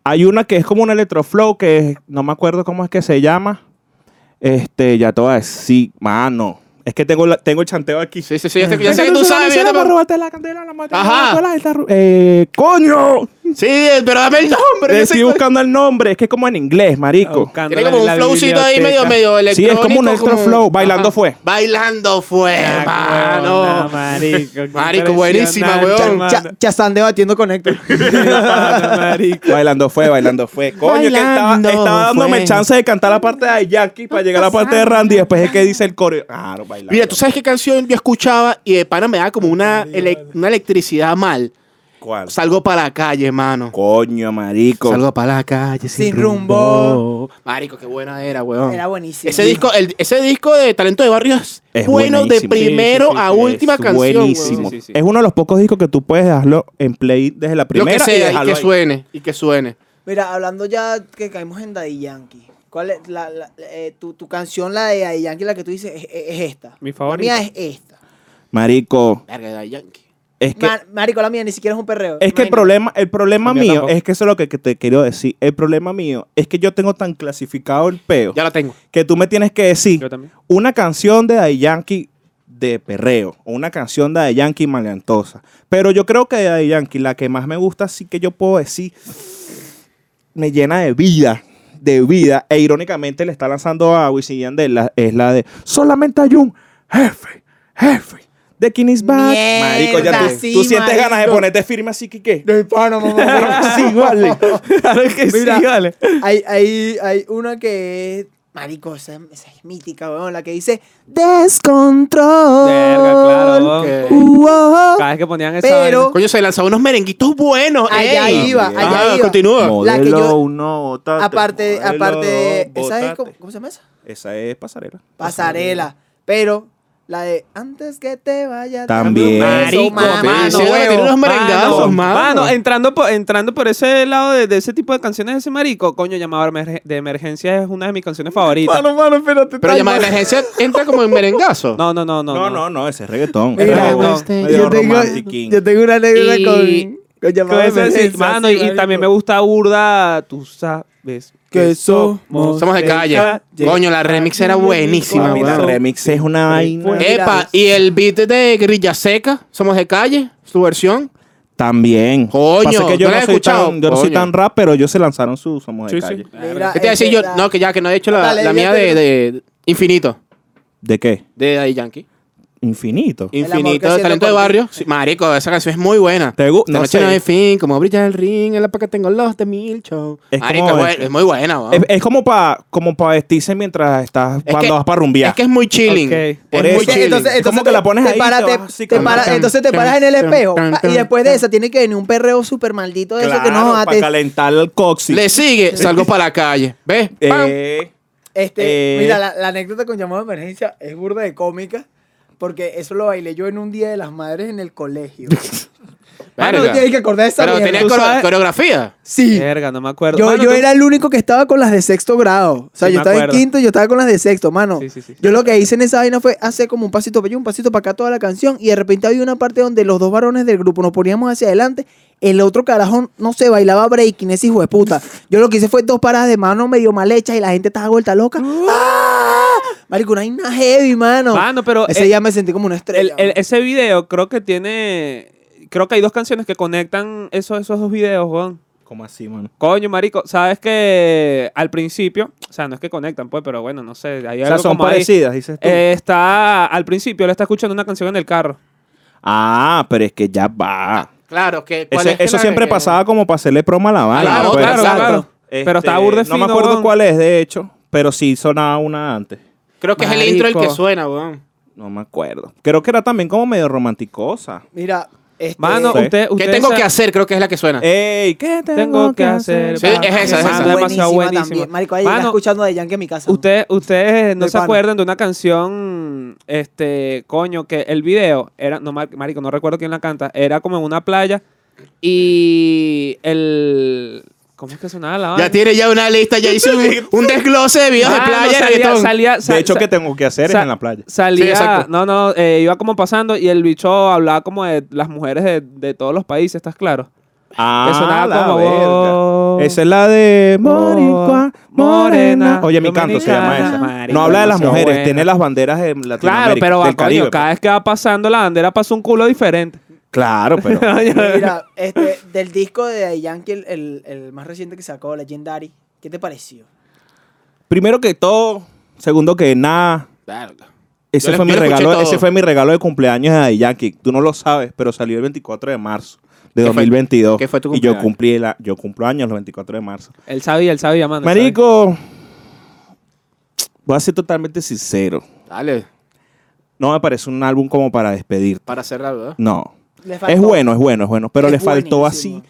C: Hay una que es como un electroflow que es- no me acuerdo cómo es que se llama. Este, ya toda sí, mano. Es que tengo, la- tengo el chanteo aquí. Mm.
B: Sí, sí, sí. Ya sé, ya sé
C: Venga,
B: que tú
C: Luciana,
B: sabes.
C: Luciana,
B: ya te-
C: me robaste la candela, la maté,
B: Ajá.
C: la maté, la- la- la- eh, coño.
B: Sí, pero dame el nombre.
C: Le
B: yo
C: estoy
B: soy-
C: buscando el nombre, es que es como en inglés, marico.
D: Buscándola
B: Tiene como
D: en
B: un
D: la
B: flowcito ahí medio,
D: biblioteca.
B: medio
C: Sí, es
B: electrónico.
C: como un extra flow, bailando fue.
B: Bailando
E: eh,
B: fue,
D: Ah, huevona,
B: mano.
D: marico. qué
B: Marico, buenísima,
D: impresionante,
B: huevón.
D: mano.
E: Ya, ya están debatiendo con
D: [LAUGHS]
E: Héctor.
D: marico.
C: Bailando fue, bailando fue. Coño, que estaba,
B: Bailando
C: estaba dándome
B: fue.
C: chance de cantar la parte de Yankee para llegar a la parte de Randy. Después es que dice el coreo. Claro, bailando.
B: Mira, ¿tú sabes qué canción yo escuchaba y de pana me da como una, ele- una electricidad mal?
C: cuál?
B: Salgo para la calle, mano.
C: Coño, marico.
B: Salgo para la calle sin,
E: Sin
B: rumbo. Marico, qué buena era, weón.
E: Era buenísimo.
B: Ese disco, el- ese disco de Talento de Barrio es,
C: Es
B: bueno de
C: buenísimo.
B: primero
D: Sí, sí, sí,
B: a
D: sí,
B: última
C: Es
B: canción.
C: Buenísimo.
B: weón.
D: Sí, sí, sí.
C: Es uno de los pocos discos que tú puedes dejarlo en play desde la
B: Lo
C: primera.
B: que
C: y
B: sea, y,
C: dejarlo
B: que
C: ahí.
B: suene, y que suene.
E: Mira, hablando ya que caímos en Daddy Yankee. ¿Cuál es la, la- eh, tu, tu canción, la de Daddy Yankee, la que tú dices, es, es- es esta?
D: Mi favorita.
E: La mía es esta.
C: Marico,
B: Verga, Daddy Yankee.
C: es que,
E: Mar- marico, la mía ni siquiera es un perreo.
C: es que el problema, el problema
D: La mía
C: mío,
D: tampoco.
C: es que eso es lo que que te quiero decir. El problema mío es que yo tengo tan clasificado el peo
B: Ya la tengo.
C: que tú me tienes que decir
D: Yo también.
C: una canción de Daddy Yankee de perreo, o una canción de Daddy Yankee maleantosa. Pero yo creo que de Daddy Yankee, la que más me gusta, sí que yo puedo decir, me llena de vida, de vida. E irónicamente le está lanzando a Wisin y Yandel, la- es la de Solamente hay un jefe, jefe. De King is Back.
E: Mierda,
C: marico, ya tú,
E: sí,
C: tú sientes ganas de
E: marico.
C: ponerte firme así que qué.
E: De pana, mamá.
C: [LAUGHS] sí, vale. Claro que
E: Mira.
C: sí, vale.
E: hay, hay, hay una que es. Marico, esa, esa es mítica, weón. La que dice. Descontrol. Uh, oh.
D: Verga, claro.
B: Que-
E: Uo.
D: Cada vez que ponían esa.
E: Pero-
D: vaina.
B: Coño, se lanzaron unos merenguitos buenos.
E: Allá
B: ey.
E: iba,
C: bien.
E: allá
B: Ajá,
E: iba.
B: Continúa.
E: La que yo-
C: uno, botate,
E: Aparte,
C: modelo
E: aparte.
C: dos,
E: Esa es,
C: botate.
E: ¿cómo, cómo se llama esa?
C: Esa es pasarela.
E: Pasarela. Pero la de antes que te vaya.
C: También.
E: Marico,
B: Marico,
E: mamá,
B: sí,
E: Ah, no,
B: sí, tiene
E: huevo.
B: unos merengazos,
D: Eh, Mano,
B: mano.
D: mano, entrando por, entrando por ese lado de, de ese tipo de canciones de ese marico, coño, llamado emerge- de emergencia es una de mis canciones
E: [LAUGHS]
D: favoritas.
E: mano, espérate.
B: Pero llamada de emergencia entra como en merengazo.
D: No, no, no, no.
C: No, no, no, ese es reggaetón.
E: Mira,
C: Pero
D: no.
C: medio
E: Yo tengo,
C: romantiquín.
E: yo tengo una anécdota
D: Y-
E: con, con
D: Con
E: llamadas
D: ese
E: de
D: sí,
E: emergencia,
D: mano,
E: sí,
D: y, y
E: marico.
D: también me gusta Urda, tú sabes
E: Que somos
B: Somos de calle. Coño, la remix era buenísima,
C: Papi, la
B: weón.
C: remix es una vaina.
D: Eh,
B: Epa, y el beat de Grilla Seca, Somos de Calle, su versión.
C: También.
B: Coño,
C: Pasa que yo
B: ¿no la
C: no,
B: has
C: soy
B: escuchado?
C: tan, yo no soy
B: Coño.
C: tan rap, pero ellos se lanzaron su Somos de
D: Sí,
C: Calle.
D: sí.
E: Mira, este
B: ¿Qué te iba a decir yo?
E: espera.
B: No, que ya que no he hecho la,
E: Dale,
B: la
E: ya
B: mía
E: te-
B: de, de Infinito,
C: ¿De qué?
B: de Daddy Yankee.
C: Infinito.
E: amor que
B: Infinito,
E: siento
B: de talento
E: por
B: de
E: ti.
B: barrio. Sí, marico, esa canción es muy buena.
C: Te gu-
B: Esta
C: no
B: noche
C: sé.
B: no hay fin, como brilla el ring, en la paca tengo los de mil show.
C: Es
B: marico,
C: como-
B: es, buen- es muy buena, weón.
C: Es, es como para como pa vestirse mientras estás
B: Es
C: cuando
B: que-
C: vas para rumbear.
B: Es que es muy chilling.
D: Ok.
C: Por
B: es
C: eso.
B: muy chilling.
C: Es como que la pones
E: te
C: ahí y
E: paras-
C: te
E: te-
C: vas así
E: te
C: como
E: paras-
C: tan,
E: entonces te
B: tan,
E: paras en el
B: tan,
E: espejo
B: tan,
E: pa,
B: tan,
E: y después de
B: tan.
E: esa tiene que venir un perreo super maldito de eso que no
C: para
E: jate.
C: calentar el coxis.
B: Le sigue, salgo para la calle. ¿Ves? Pam.
C: Eh,
E: Este,
C: Eh.
E: mira, la, la anécdota con llamado de emergencia es burda de cómica porque eso lo bailé yo en un día de las madres en el
B: [LAUGHS]
E: colegio. Mano,
B: Verga.
E: tienes que acordar de esa
B: Pero
E: mierda.
B: tenía
D: Tú
B: core-
D: sabes-
B: coreografía.
E: Sí.
D: Verga, no me acuerdo.
E: Yo,
D: Mano,
E: yo
D: tú-
E: era el único que estaba con las de sexto grado. O sea,
D: Sí,
E: yo
D: me
E: estaba
D: acuerdo.
E: en quinto y yo estaba con las de sexto, mano.
D: Sí, sí, sí.
E: Yo lo que hice en esa vaina fue hacer como un pasito para allá, un pasito para acá toda la canción. Y de repente había una parte donde los dos varones del grupo nos poníamos hacia adelante. El otro carajón, no se bailaba breaking, ese hijo de puta. Yo lo que hice fue dos paradas de mano medio mal hechas y la gente estaba vuelta loca. ¡Ah! Marico, una vaina heavy, mano.
D: Uh. Mano, pero
E: ese
D: el-
E: día me sentí como una
D: el-
E: estrella.
D: el- ese video creo que tiene. Creo que hay dos canciones que conectan esos, esos dos videos, Juan.
C: ¿Cómo así, mano?
D: Coño, marico, sabes que al principio, o sea, no es que conectan, pues, pero bueno, no sé. Hay
C: O sea,
D: algo
C: son
D: como ahí.
C: parecidas, dices tú.
D: Eh, está al principio, él está escuchando una canción en el carro.
C: Ah, pero es que ya va.
B: Claro, que.
C: Ese- eso siempre pasaba como para hacerle promo a la banda.
B: Claro,
C: pues.
B: claro,
D: Exacto.
B: claro.
D: Pero está burde
C: Este, No me
D: fino,
C: acuerdo
D: weón.
C: cuál es, de hecho. Pero sí sonaba una antes.
B: Creo que es el intro el que
D: Marico.
B: suena, weón.
C: No me acuerdo. Creo que era también como medio romanticosa.
E: Mira, este,
D: Mano,
C: Sí.
D: usted,
B: ¿Qué
D: usted
B: tengo
D: sabe-
B: que hacer? Creo que es la que suena.
C: Ey, ¿qué tengo,
D: Tengo que hacer?
B: Sí, es esa, es
E: esa
B: esa.
E: es
D: Mano, demasiado
E: buenísima
D: buenísima.
E: también. Marico, ahí
D: Mano,
E: está escuchando de Yankee en mi casa. ¿no?
D: Usted, ustedes no
E: De
D: se
E: pana.
D: acuerdan de una canción, este, coño, que el video era, no, mar- marico, no recuerdo quién la canta, era como en una playa y el, ¿cómo es que sonaba la
B: Ya
D: vaina?
B: tiene ya una lista, ya hizo
D: [LAUGHS]
B: un, un desglose de videos de
D: Ah,
B: playa y
D: no, salía,
B: reggaetón.
D: salía,
C: De hecho,
D: que
C: ¿qué tengo que hacer? Es
D: Sa-
C: en la playa.
B: Sí,
D: Salía,
B: exacto.
D: no, no, eh, iba como pasando y el bicho hablaba como de las mujeres de, de todos los países, ¿estás claro?
C: Ah,
D: que sonaba
C: la
D: como,
C: verga.
D: "Oh,
C: Esa es la de Moricua,
D: oh,
C: Morena.
D: morena,
C: Oye, mi canto se llama
D: dominicana".
C: esa.
D: Marico,
C: no habla de las
D: demasiado
C: mujeres,
D: buena.
C: tiene las banderas de Latinoamérica,
D: Claro, pero
C: del
D: coño,
C: Caribe. pues.
D: cada vez que va pasando la bandera pasa un culo diferente.
C: Claro,
D: [LAUGHS]
C: pero.
E: Mira, este, del disco de Daddy Yankee, el, el- el más reciente que sacó, Legendary, ¿qué te pareció?
C: Primero que todo, segundo que nada.
B: Verga. Yo
C: Ese
B: le-
C: fue, mi
B: yo le escuché
C: regalo,
B: todo.
C: ese fue mi regalo de cumpleaños a Daddy Yankee. Tú no lo sabes, pero salió el 24 de marzo de
B: ¿Qué fue-
C: 2022.
B: qué fue tu
C: Y yo
B: cumpleaños?
C: cumplí la, yo cumplo años el 24 de marzo.
D: Él sabía, él sabía, mano. él
C: Marico, voy a ser totalmente sincero.
B: Dale,
C: No me parece un álbum como para despedir.
B: para cerrar, ¿verdad?
C: No.
E: Le
C: Es
E: faltó-
C: bueno, es bueno, es bueno. Pero
E: Es
C: le faltó
E: buenísimo.
C: así.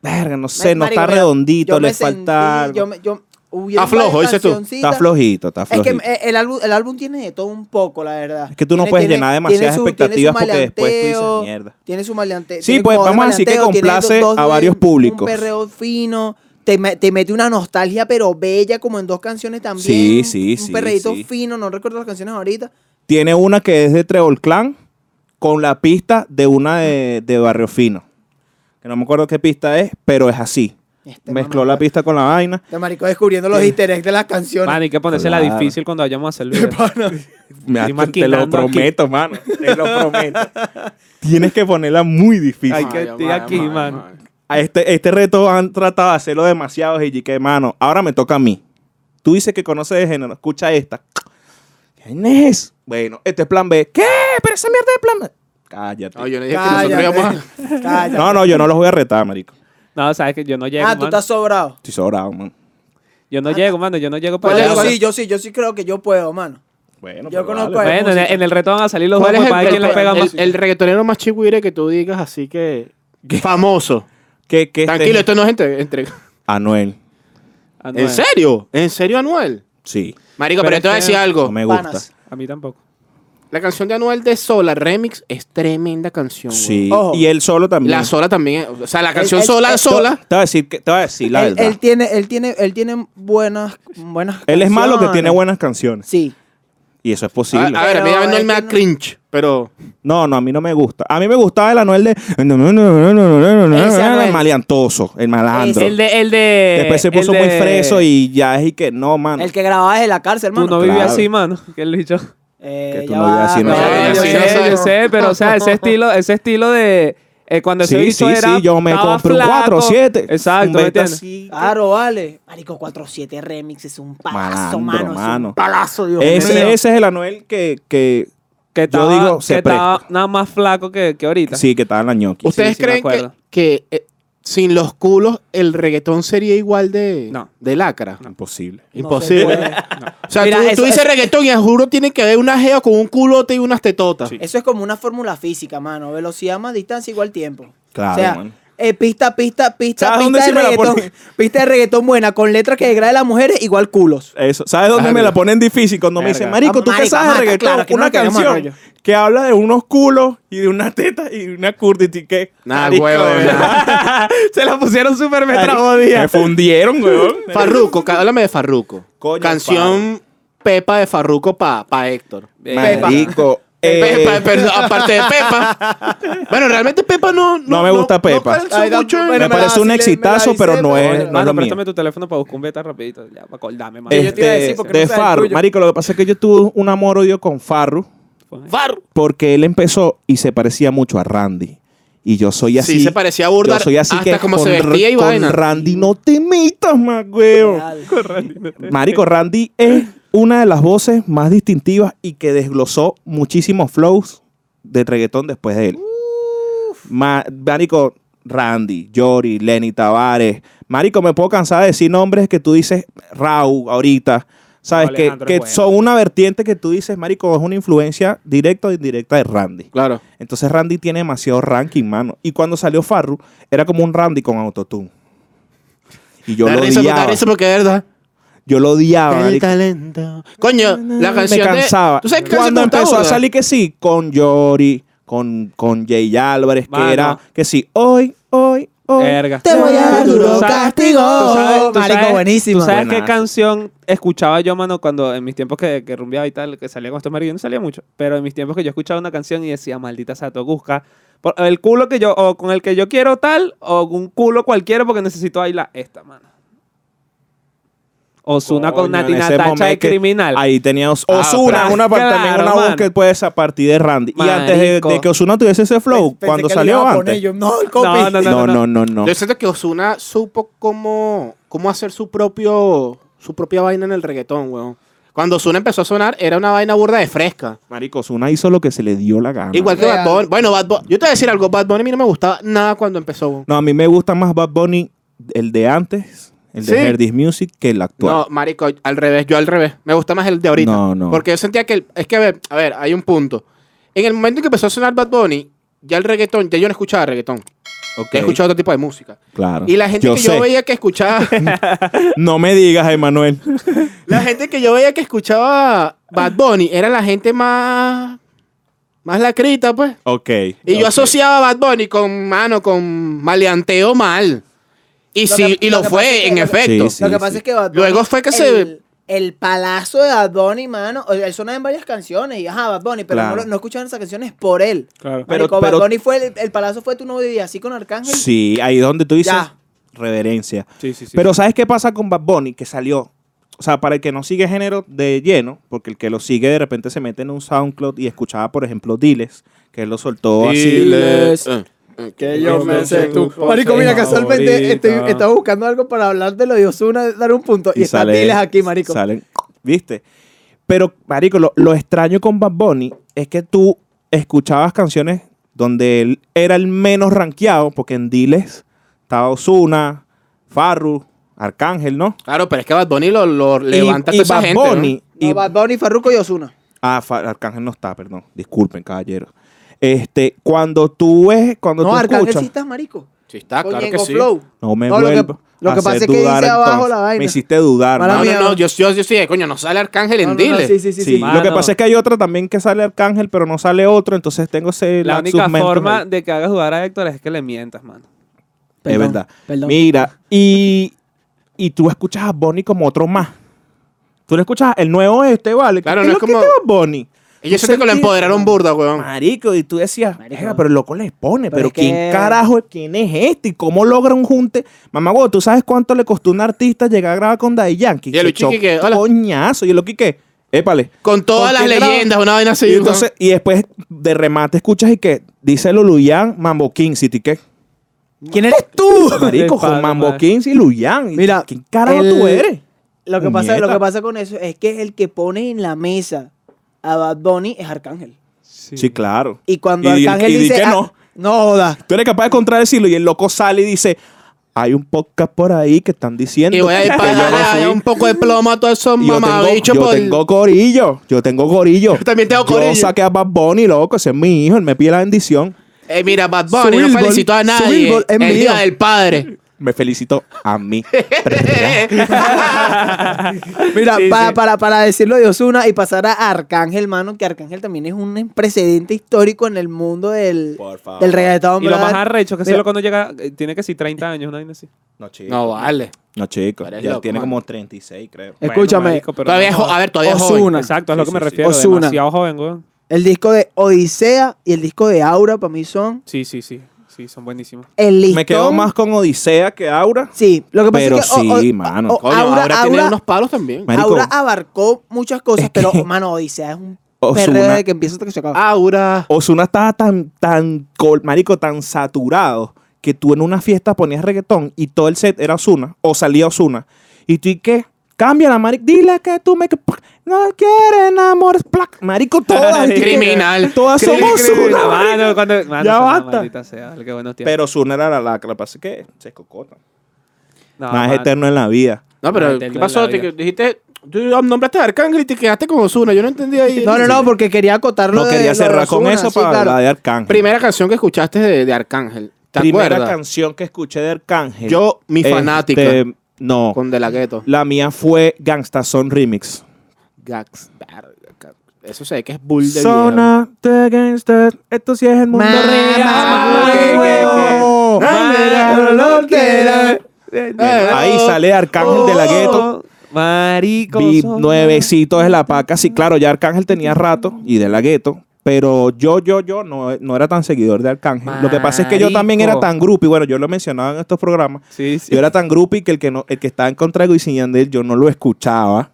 C: Verga, no
E: Ma-
C: sé, no
E: marico,
C: está
E: mira,
C: redondito,
E: yo me
C: le falta.
E: sentí-
C: algo.
E: yo me- yo- hubieron
B: Está flojo,
E: varias
B: dices tú.
E: cancioncitas.
C: Está flojito, está
E: Es
C: flojito.
E: que eh, el álbum, el álbum tiene de todo un poco, la verdad.
C: Es que tú no
E: Tiene-
C: puedes
E: tiene-
C: llenar
E: tiene
C: demasiadas
E: su- tiene su
C: expectativas porque después tú dices,
E: maleanteo,
C: "Mierda".
E: Tiene su maleante.
C: Sí,
E: tiene
C: pues,
E: como dos
C: vamos a decir que
E: maleanteos, tiene
C: complace
E: dos- dos
C: a
E: de-
C: varios públicos.
E: Un perreo fino. Te, me- te mete una nostalgia, pero bella, como en dos canciones también.
C: Sí, sí,
E: un
C: sí,
E: perreíto
C: sí.
E: fino, no recuerdo las canciones ahorita.
C: Tiene una que es de Trevor Clan con la pista de una de, de Barrio Fino. Que no me acuerdo qué pista es, pero es así.
E: Este
C: Mezcló
E: mamá,
C: la pista con la vaina.
E: Este marico descubriendo los easter eggs de las canciones.
D: sabía. Mano, hay que ponerse la
C: Claro.
D: difícil cuando vayamos a
C: [LAUGHS]
D: hacer el video.
C: Me-
D: Estoy
C: te
D: maquinando
C: lo
D: aquí.
C: prometo, mano. Te lo prometo. [LAUGHS] Tienes que ponerla muy difícil.
D: Ay, que estoy aquí, man.
C: A este, este reto han tratado de hacerlo demasiado, y que mano, ahora me toca a mí. Tú dices que conoces de género, escucha esta. ¿Quién es? Bueno, este es plan B. ¿Qué? Pero esa mierda de plan B. Cállate.
B: No, yo le
D: Ah,
B: dije que nosotros íbamos a...
E: Cállate.
C: No, no, yo no los voy a retar, marico.
D: No, sabes que yo no llego,
E: Ah, tú
D: mano.
E: estás sobrado.
C: Estoy sobrado, man.
D: Yo no llego, mano. Yo no llego para
B: Pues
E: Bueno,
D: allá.
E: yo
D: Bueno,
E: sí, yo sí, yo sí creo que yo puedo, mano.
C: Bueno,
E: Yo
C: pero
E: conozco
C: vale.
E: a-
D: en el, en el reto van a salir los dos
B: ¿Cuál es
D: pues, para ver
B: el,
D: quién le
B: el-
D: pega
B: el-
D: más.
B: el reggaetonero más chigüire que tú digas así que... Famoso.
C: ¿Qué, qué
B: Tranquilo,
C: este-
B: esto no es entre... entre-
C: Anuel.
D: Ah, no,
B: ¿En
D: eh.
B: serio? ¿En serio, Anuel?
C: Sí.
B: Marico,
D: Pero
B: pero,
D: es
B: te voy a
D: que-
B: decir algo.
C: No me gusta.
E: Panas.
D: A mí tampoco.
B: La canción de Anuel de Sola Remix es tremenda canción. güey.
C: Sí.
E: Ojo.
C: Y él solo también.
B: La Sola también. es- O sea, la
E: El-
B: canción
E: el-
B: Sola,
E: el-
B: Sola.
C: Te voy a decir, que- te voy a decir la
E: él,
C: verdad.
E: él tiene, él tiene, él tiene buenas, buenas.
C: Él es malo que
E: canciones.
C: tiene buenas canciones.
E: Sí.
C: Y eso es
B: A,
C: posible.
B: a ver, a mí
E: Pero
B: Anuel
E: es
B: me
E: que
B: da
E: no-
B: cringe, pero...
C: No, no, a mí no me gusta. A mí me gustaba el Anuel de.
E: Anuel.
C: maleantoso, el malandro.
D: El de, el de.
C: Después se
D: el
C: puso muy
D: de-
C: freso y ya es y que no, mano.
E: El que grababa desde la cárcel,
D: Tú
E: hermano.
D: no vivías
C: Claro.
D: así, mano. Que él dicho.
E: Eh,
C: Que tú
E: ya
C: no
E: va,
C: vivías así, no
E: no,
B: sabes.
E: yo
D: yo
B: sí,
E: sé,
D: sé,
B: no
D: yo
E: yo-
D: sé, pero o sea, ese estilo, ese estilo de. eh, cuando ese
C: Sí,
D: bicho
C: sí,
D: era.
C: sí, yo me
D: estaba
C: compré un
D: flaco.
C: 4-7.
D: Exacto,
C: Un
D: ¿me
C: Beta
D: entiendes?
E: Claro, vale. Marico 47 Remix es un palazo,
C: Malandro,
E: mano. Es
C: mano.
E: un palazo, Dios mío.
C: Ese, ese es el Anuel que, que
D: Que estaba,
C: digo, se
D: que estaba nada más flaco que, que ahorita.
C: sí, que estaba en la ñoqui.
B: ¿Ustedes
D: sí me
B: creen que,
D: acuerdo.
B: que, eh, sin los culos el reggaetón sería igual de,
D: No.
B: de lacra?
C: Imposible.
B: Imposible.
E: No se puede.
B: O sea,
E: Mira,
B: tú, tú
E: eso-
B: dices
E: eso-
B: reggaetón y a juro tiene que haber una geo con un culote y unas tetotas.
E: Eso es como una fórmula física, mano. Velocidad más distancia igual tiempo.
C: Claro,
E: O sea,
C: mano.
E: eh, pista, pista, pista,
C: ¿Sabes dónde
E: pista de
C: sí me la
E: reggaetón.
C: ponen?
E: Pista de reggaetón buena, con letras que degrade a las mujeres, igual culos.
C: Eso. ¿Sabes dónde
B: Claro.
C: me la ponen difícil? Cuando me
D: Verga.
C: dicen, Marico, ¿tú qué
E: Ah, Marico,
C: sabes de
E: mata,
C: reggaetón?
E: claro, que no
C: una
E: le peguemos al
C: canción que habla de unos culos y de una teta y de una curtity que.
B: Nah,
C: Marico,
B: huevo,
C: de verdad.
D: Se la pusieron súper
C: Marico, [LAUGHS] Me fundieron, [LAUGHS] weón.
B: Farruco, ca- háblame de Farruco.
C: Coño,
B: Canción Pepa de Farruco para pa Héctor.
C: Marico. eh,
B: Pepa, perdón, aparte de
C: [LAUGHS]
B: Pepa. Bueno, realmente Pepa no. No,
C: me gusta Pepa.
B: calzó
E: Ay, da-
B: mucho en-
E: bueno,
C: me parece un
E: la- sí le-
C: exitazo,
E: me la
C: pero
E: hice,
C: eh, no
E: pero
C: es,
E: bueno.
C: no es lo
D: Mano,
C: mío.
D: préstame tu teléfono para buscar un beta rapidito. Ya, para acordarme, mano.
E: Que yo te iba a decir
C: Este,
E: porque
C: de
E: no sabes
C: Farru.
E: tuyo.
C: Marico, lo que pasa es que yo tuve un amor odio con Farru
B: Farru.
C: porque él empezó y se parecía mucho a Randy. Y yo soy así.
B: Sí, se parecía a Burda
C: Yo soy así
B: hasta
C: que
B: como
C: con,
B: se vestía y
C: con
B: vaina.
C: Randy no te metas más, weón.
E: Real.
C: Marico, Randy es una de las voces más distintivas y que desglosó muchísimos flows de reggaetón después de él. Ma- Marico, Randy, Jory, Lenny Tavares. Marico, me puedo cansar de decir nombres que tú dices, Raúl, ahorita. Sabes, que,
D: Alejandro
C: que
D: es bueno.
C: son una vertiente que tú dices, Marico, es una influencia directa o indirecta de Randy.
B: Claro.
C: Entonces Randy tiene demasiado ranking, mano. Y cuando salió Farru, era como un Randy con autotune. Y yo
B: Da
C: lo
B: risa, da
C: odiaba.
B: risa porque es verdad.
C: Yo lo odiaba.
B: El
C: marico.
B: talento. Coño, la canción
C: Mm, me
B: de-
C: cansaba.
B: ¿Tú sabes qué canción
C: Cuando
B: me gusta,
C: empezó a
B: burda?
C: salir que sí, con Yori, con, con Jay Álvarez,
D: Mano.
C: que era que sí, hoy, hoy, hoy.
D: Verga.
E: Te voy a dar duro
D: Tú sabes-
E: castigo.
D: tú sabes- tú
E: Marico,
D: sabes-
E: buenísimo.
D: ¿Tú sabes
C: Buenazo.
D: qué canción escuchaba yo, mano, cuando en mis tiempos que, que rumbeaba y tal, que salía con estos maridos? Yo no salía mucho, pero en mis tiempos que yo escuchaba una canción y decía, maldita sea tu busca. Por el culo que yo, o con el que yo quiero tal, o un culo cualquiera porque necesito bailar esta, mano. Osuna con
C: Coño, en
D: Natina
C: ese
D: Tacha de
C: momento que
D: criminal.
C: Ahí teníamos
D: Ah,
C: Osuna,
D: pero-
C: una, par-
D: claro,
C: también una voz
D: mano.
C: que puede esa partida de Randy. Y antes de,
D: Marico.
C: de que Osuna tuviese ese flow,
F: Pensé
C: cuando
F: que le
C: salió
F: iba a poner
C: antes.
F: yo, no, el copy.
D: No, no,
C: No, no, no, no.
B: Yo siento que Osuna supo cómo, cómo hacer su propio su propia vaina en el reggaetón, weón. Cuando Osuna empezó a sonar, era una vaina burda de fresca.
C: Marico, Osuna hizo lo que se le dio la gana.
B: Igual que
F: Real.
B: Bad Bunny. Bueno, Bad Bunny. Yo te voy a decir algo. Bad Bunny a mí no me gustaba nada cuando empezó, weón.
C: No, a mí me gusta más Bad Bunny, el de antes, el de
B: Sí.
C: Herdis Music, que el actual.
B: No, marico, al revés, yo al revés. Me gusta más el de ahorita.
C: No, no.
B: Porque yo sentía que, el- es que a ver, a ver, hay un punto. En el momento en que empezó a sonar Bad Bunny, ya el reggaetón, ya yo no escuchaba reggaetón.
C: Ok.
B: He escuchado otro tipo de música.
C: Claro.
B: Y la gente
C: Yo
B: que
C: sé.
B: yo veía que escuchaba,
C: [LAUGHS] No me digas, Emanuel.
B: la gente que yo veía que escuchaba Bad Bunny era la gente más, más lacrita, pues.
C: ok.
B: Y yo asociaba a Bad Bunny con, mano, con maleanteo mal. Y
E: Lo
B: sí,
E: que-
B: y lo,
E: lo que pasa es
B: fue,
E: que-
B: en
E: lo que-
B: efecto.
C: Sí,
E: Lo que
C: sí,
E: pasa
C: sí.
E: es que Bad Bunny-
B: Luego fue que se-
E: El, el palazo de Bad Bunny, mano. o sea, él suena en varias canciones. Y ajá, Bad Bunny, pero
C: Claro.
E: no, lo- no escuchaban esas canciones por él.
D: Claro.
C: Pero-
E: Pero,
C: pero-
E: Bad Bunny fue el, el palazo fue tu novio y así con Arcángel.
C: Sí, ahí donde tú dices
E: Ya.
C: reverencia.
D: Sí, sí, sí.
C: Pero ¿sabes qué pasa con Bad Bunny? Que salió, o sea, para el que no sigue género de lleno, porque el que lo sigue de repente se mete en un SoundCloud y escuchaba, por ejemplo, Diles, que él lo soltó así. eh.
F: Diles
E: que
D: yo me sé tu
E: Marico, mira, casualmente
D: favorita.
E: estoy, estaba buscando algo para hablar de lo de Osuna, dar un punto. Y, está Diles aquí, marico.
C: Salen, ¿viste? Pero, marico, lo, lo extraño con Bad Bunny es que tú escuchabas canciones donde él era el menos rankeado, porque en Diles estaba Ozuna, Farru, Arcángel, ¿no?
B: Claro, pero es que Bad Bunny lo, lo levanta a
C: y,
B: toda
C: y
B: esa
C: Bad
B: gente, ¿no?
C: Bunny,
E: No,
C: y-
E: Bad Bunny, Farruko y Osuna.
C: Ah, Fa- Arcángel no está, perdón. Disculpen, caballero. Este, cuando tú ves, cuando
E: No,
C: tú
E: Arcángel
C: escuchas,
E: sí está, marico.
B: Sí está,
E: Con
B: Ah, claro que
E: Ñengo
B: sí.
E: Flow.
C: no me
E: No, lo que-
C: vuelvo.
E: lo que
C: a hacer
E: pasa es que dice
C: dudar,
E: abajo
C: entonces.
E: la vaina.
C: Me hiciste dudar,
E: Mala
B: No,
C: mano.
E: mía.
B: no, no, yo, yo, yo sí, eh, coño, no sale Arcángel en
E: No, no, no,
B: Dile.
E: sí, sí, sí,
C: Sí,
E: sí.
C: Lo que
D: Mano.
C: pasa es que hay otra también que sale Arcángel, pero no sale otro, entonces tengo ese
D: la
C: lapsus
D: única
C: mental
D: forma
C: ahí.
D: de que hagas jugar a Héctor es que le mientas, mano.
E: Perdón,
C: es verdad.
E: perdón.
C: Mira, y, y tú escuchas a Bonnie como otro más. Tú le escuchas el nuevo este, vale.
B: Claro,
C: ¿Qué
B: no
C: es
B: es
C: lo que
B: como-
C: te va Bonnie?
B: Y yo
C: Tú
B: siento que lo
C: sentías-
B: empoderaron burda, weón.
C: Marico, y tú decías,
E: Marico.
C: "Venga, pero el loco le expone,
E: Pero
C: pero,
E: es
C: ¿quién
E: que-
C: carajo, quién es este? ¿Y cómo logra un junte? Mamá, güey, ¿tú sabes cuánto le costó a un artista llegar a grabar con Daddy Yankee?
B: Y el
C: Qué
B: Luchiki
C: cho-
B: que, hola.
C: coñazo. Y el Loki que, épale.
B: Con todas las
C: Porque graba-
B: leyendas, una vaina así.
C: y,
B: weón.
C: entonces, y después de remate escuchas y que dice Luluyán, Mambo King City, ¿qué?
E: ¿Quién eres tú?
C: Marico,
D: De
C: con
D: pana,
C: Mambo
D: madre.
C: King y Luyán.
E: Mira,
C: ¿quién carajo
E: el-
C: Ah, tú eres?
E: Lo que, pasa, lo
C: Puñeta.
E: que pasa con eso es que el que pone en la mesa a Bad Bunny es Arcángel.
C: Sí, claro.
E: Y cuando
C: Y-
E: Arcángel
C: y di
E: dice.
C: que
E: "Ah,
C: no".
E: No jodas.
C: Tú eres capaz de contradecirlo y el loco sale y dice, hay un podcast por ahí que están diciendo
B: y voy a ir
C: que
B: para
C: yo no
B: allá,
C: soy".
B: un poco de plomo a todos esos
C: Y Yo tengo,
B: mamabichos.
C: yo
B: por-
C: tengo gorillo. Yo tengo gorillo.
B: Yo [LAUGHS] también tengo gorillo.
C: Yo saqué a Bad Bunny, loco. Ese es mi hijo. Él me pide la bendición.
B: Eh, mira, Bad
E: Su
B: Bunny no
E: Billboard-
B: felicitó a
E: su
B: nadie.
E: Billboard es
B: el
E: mío.
B: día del padre.
C: Me felicito a
B: [LAUGHS]
C: mí.
E: Mira,
D: Sí,
E: para,
D: sí.
E: Para, para decirlo de Osuna y pasar a Arcángel, mano, que Arcángel también es un precedente histórico en el mundo del,
C: Por favor.
E: del reggaetón.
D: Y lo
E: ¿verdad?
D: más arrecho que se
E: Mira.
D: lo cuando llega, eh, tiene que ser 30 años, una vaina
C: [LAUGHS]
D: así.
C: No, chico.
B: No vale.
C: No, chico.
B: Pero
C: Ya
B: es loco,
C: tiene
B: mano.
C: como 36, creo.
E: Eh, Escúchame,
D: pero
B: Todavía es
D: no
B: jo-
D: jodas.
B: a ver, todavía es
E: Ozuna.
B: joven.
D: Exacto, es
C: Sí,
D: lo que me
C: sí, sí.
D: refiero.
E: Ozuna.
D: Demasiado joven, weón.
E: El disco de Odisea y el disco de Aura para mí son
D: Sí, sí, sí. Sí, son buenísimos.
E: el listón.
C: Me quedo más con Odisea que Aura.
E: Sí, lo que pasa
C: Pero
E: es que. o-
C: sí,
E: o-
C: mano.
E: o-
B: Coño,
E: Aura,
B: ahora, tiene
E: Aura-
B: unos palos también.
C: Marico.
E: Aura abarcó muchas cosas,
C: Es
E: pero,
C: que-
E: mano, Odisea es un
C: Ozuna-
E: perreo de que empieza hasta que se
B: Ah,
E: acaba.
B: Aura.
C: Osuna estaba tan, tan, col- marico, tan saturado que tú en una fiesta ponías reggaetón y todo el set era Osuna o salía Osuna. Y tú, ¿y qué? Cambia la marico. Dile que tú me... que- No quiere enamorar. plac.
B: [LAUGHS]
C: Marico, todas.
B: Criminal. Ah,
C: Todas somos Osuna, marico.
D: Mano, Ah, cuando, mano,
C: Ya
D: Ozuna,
C: basta.
D: maldita sea, qué buenos tiempos.
C: Pero Osuna era la lacra. Lo que pasa es que se cocota.
B: Ah,
D: No,
C: Más
D: mano.
C: eterno en la vida.
B: No,
D: Ah,
B: pero
D: eterno
B: ¿qué
D: en
B: pasó?
D: la
B: Te-
D: vida.
B: dijiste, tú nombraste a Arcángel y te quedaste con Osuna. Yo no entendí ahí.
E: No, no, no, porque quería acotarlo.
C: No quería cerrar con eso para hablar de Arcángel.
B: Primera canción que escuchaste de, de Arcángel. ¿Te
C: Primera
B: acuerdas?
C: canción que escuché de Arcángel.
B: Yo, mi
C: este,
B: fanática.
C: No.
B: Con De La Ghetto.
C: La mía fue Gangsta Son Remix.
B: Gax. verga, Eso sé que es bull de viejo.
C: Zona de gangster, esto sí es el mundo
E: Mamá,
C: real.
B: huevo.
C: Eh,
B: Eh,
C: Ahí sale Arcángel de la Gueto.
D: Marico.
C: Vi
D: son-
C: nuevecitos de la paca. Sí, claro, ya Arcángel tenía rato y de la gueto. Pero yo, yo, yo no, no era tan seguidor de Arcángel. Lo que pasa es que yo también
D: Marico.
C: era tan groupie. Bueno, yo lo mencionaba en estos programas.
D: Sí, sí.
C: Yo era tan groupie que el que, no, el que estaba en contra de Wisin y Yandel, yo no lo escuchaba.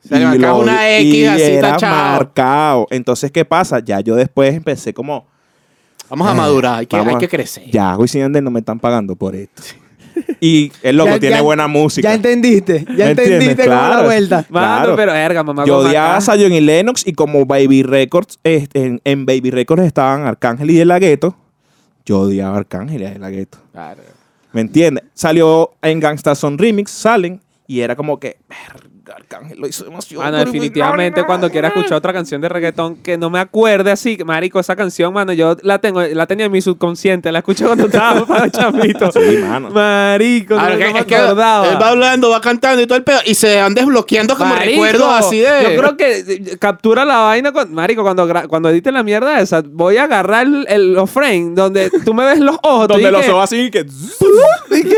B: Se le marcaba una X
C: y
B: así,
C: era
B: tachado.
C: marcado. Entonces, ¿qué pasa? Ya yo después empecé como...
B: Vamos a madurar, hay que,
C: vamos
B: hay
C: a-
B: que crecer.
C: Ya, Wisin y Yandel no me están pagando por esto. Y el loco
E: Ya-
C: tiene
E: ya-
C: buena música.
E: Ya entendiste, ya
C: ¿Me entiendes?
E: entendiste cómo es la
C: Claro. [LAUGHS]
E: vuelta.
D: Mano,
C: claro.
D: pero verga, mamá.
C: Yo
D: huevo,
C: odiaba
D: acá.
C: a Zion y Lennox y como Baby Records, este, en, en Baby Records estaban Arcángel y De La Ghetto, yo odiaba a Arcángel y a De La Ghetto.
B: Claro.
C: ¿Me entiendes? Salió en Gangsta Son Remix, salen y era como que, verga, Arcángel lo hizo demasiado.
D: Mano,
C: duro y-
D: definitivamente cuando quiera escuchar otra canción de reggaetón que no me acuerde así, marico, esa canción, mano, yo la tengo, la tenía en mi subconsciente, la escuché cuando
B: [LAUGHS]
D: estaba para chapito.
C: Sí, mano.
D: Marico,
B: Ahora
D: no,
B: que-
D: no me
B: es que
D: acordaba.
B: él va hablando, va cantando y todo el pedo, y se van desbloqueando como
D: Marico,
B: recuerdos así de.
D: Yo creo que eh, captura la vaina. Con, marico, cuando, gra- cuando edite la mierda esa, voy a agarrar el- el- los frames donde tú me ves los
B: [LAUGHS]
D: ojos. tú
C: Donde
D: dices,
C: los ojos así que...
D: "Qué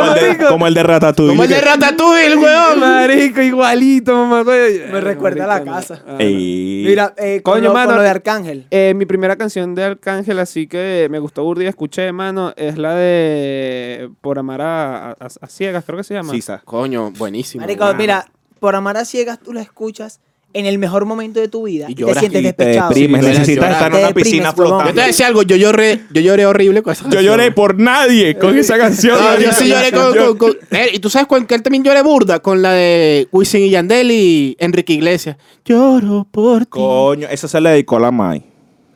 C: [LAUGHS] como, el de,
D: marico".
C: como el de Ratatouille.
B: Como el de
C: que-
B: Ratatouille, weón.
D: Marico, igualito, mamá.
E: Me recuerda a la casa.
D: Ah.
C: Ey.
E: Mira, eh, con,
D: Coño,
E: lo, con
D: mano.
E: lo de Arcángel.
D: Eh, mi primera canción de Arcángel, así que me gustó burda y escuché, mano, es la de Por amar a, a- a ciegas, creo que se llama.
C: Sisa.
B: Coño, buenísimo.
E: Marico,
B: weón.
E: mira, por amar a ciegas tú la escuchas en el mejor momento de tu vida
B: Y
E: y, te
B: lloras
E: sientes
C: Y te
E: despechado.
C: deprimes,
B: Sí,
C: necesitas
B: llorar.
C: estar en
E: Te
C: una
E: deprimes,
C: piscina
E: huevón.
B: Yo te
C: flotando.
B: decía algo, yo lloré, yo lloré horrible con esa
C: Yo
B: canción.
C: lloré por nadie con esa canción.
B: No, Ah, yo sí lloré con, con- con- Eh, Y tú sabes con que él también lloré burda, con la de Wisin y Yandel y Enrique Iglesias. Lloro por ti.
C: Coño, esa se la dedicó a la Mai.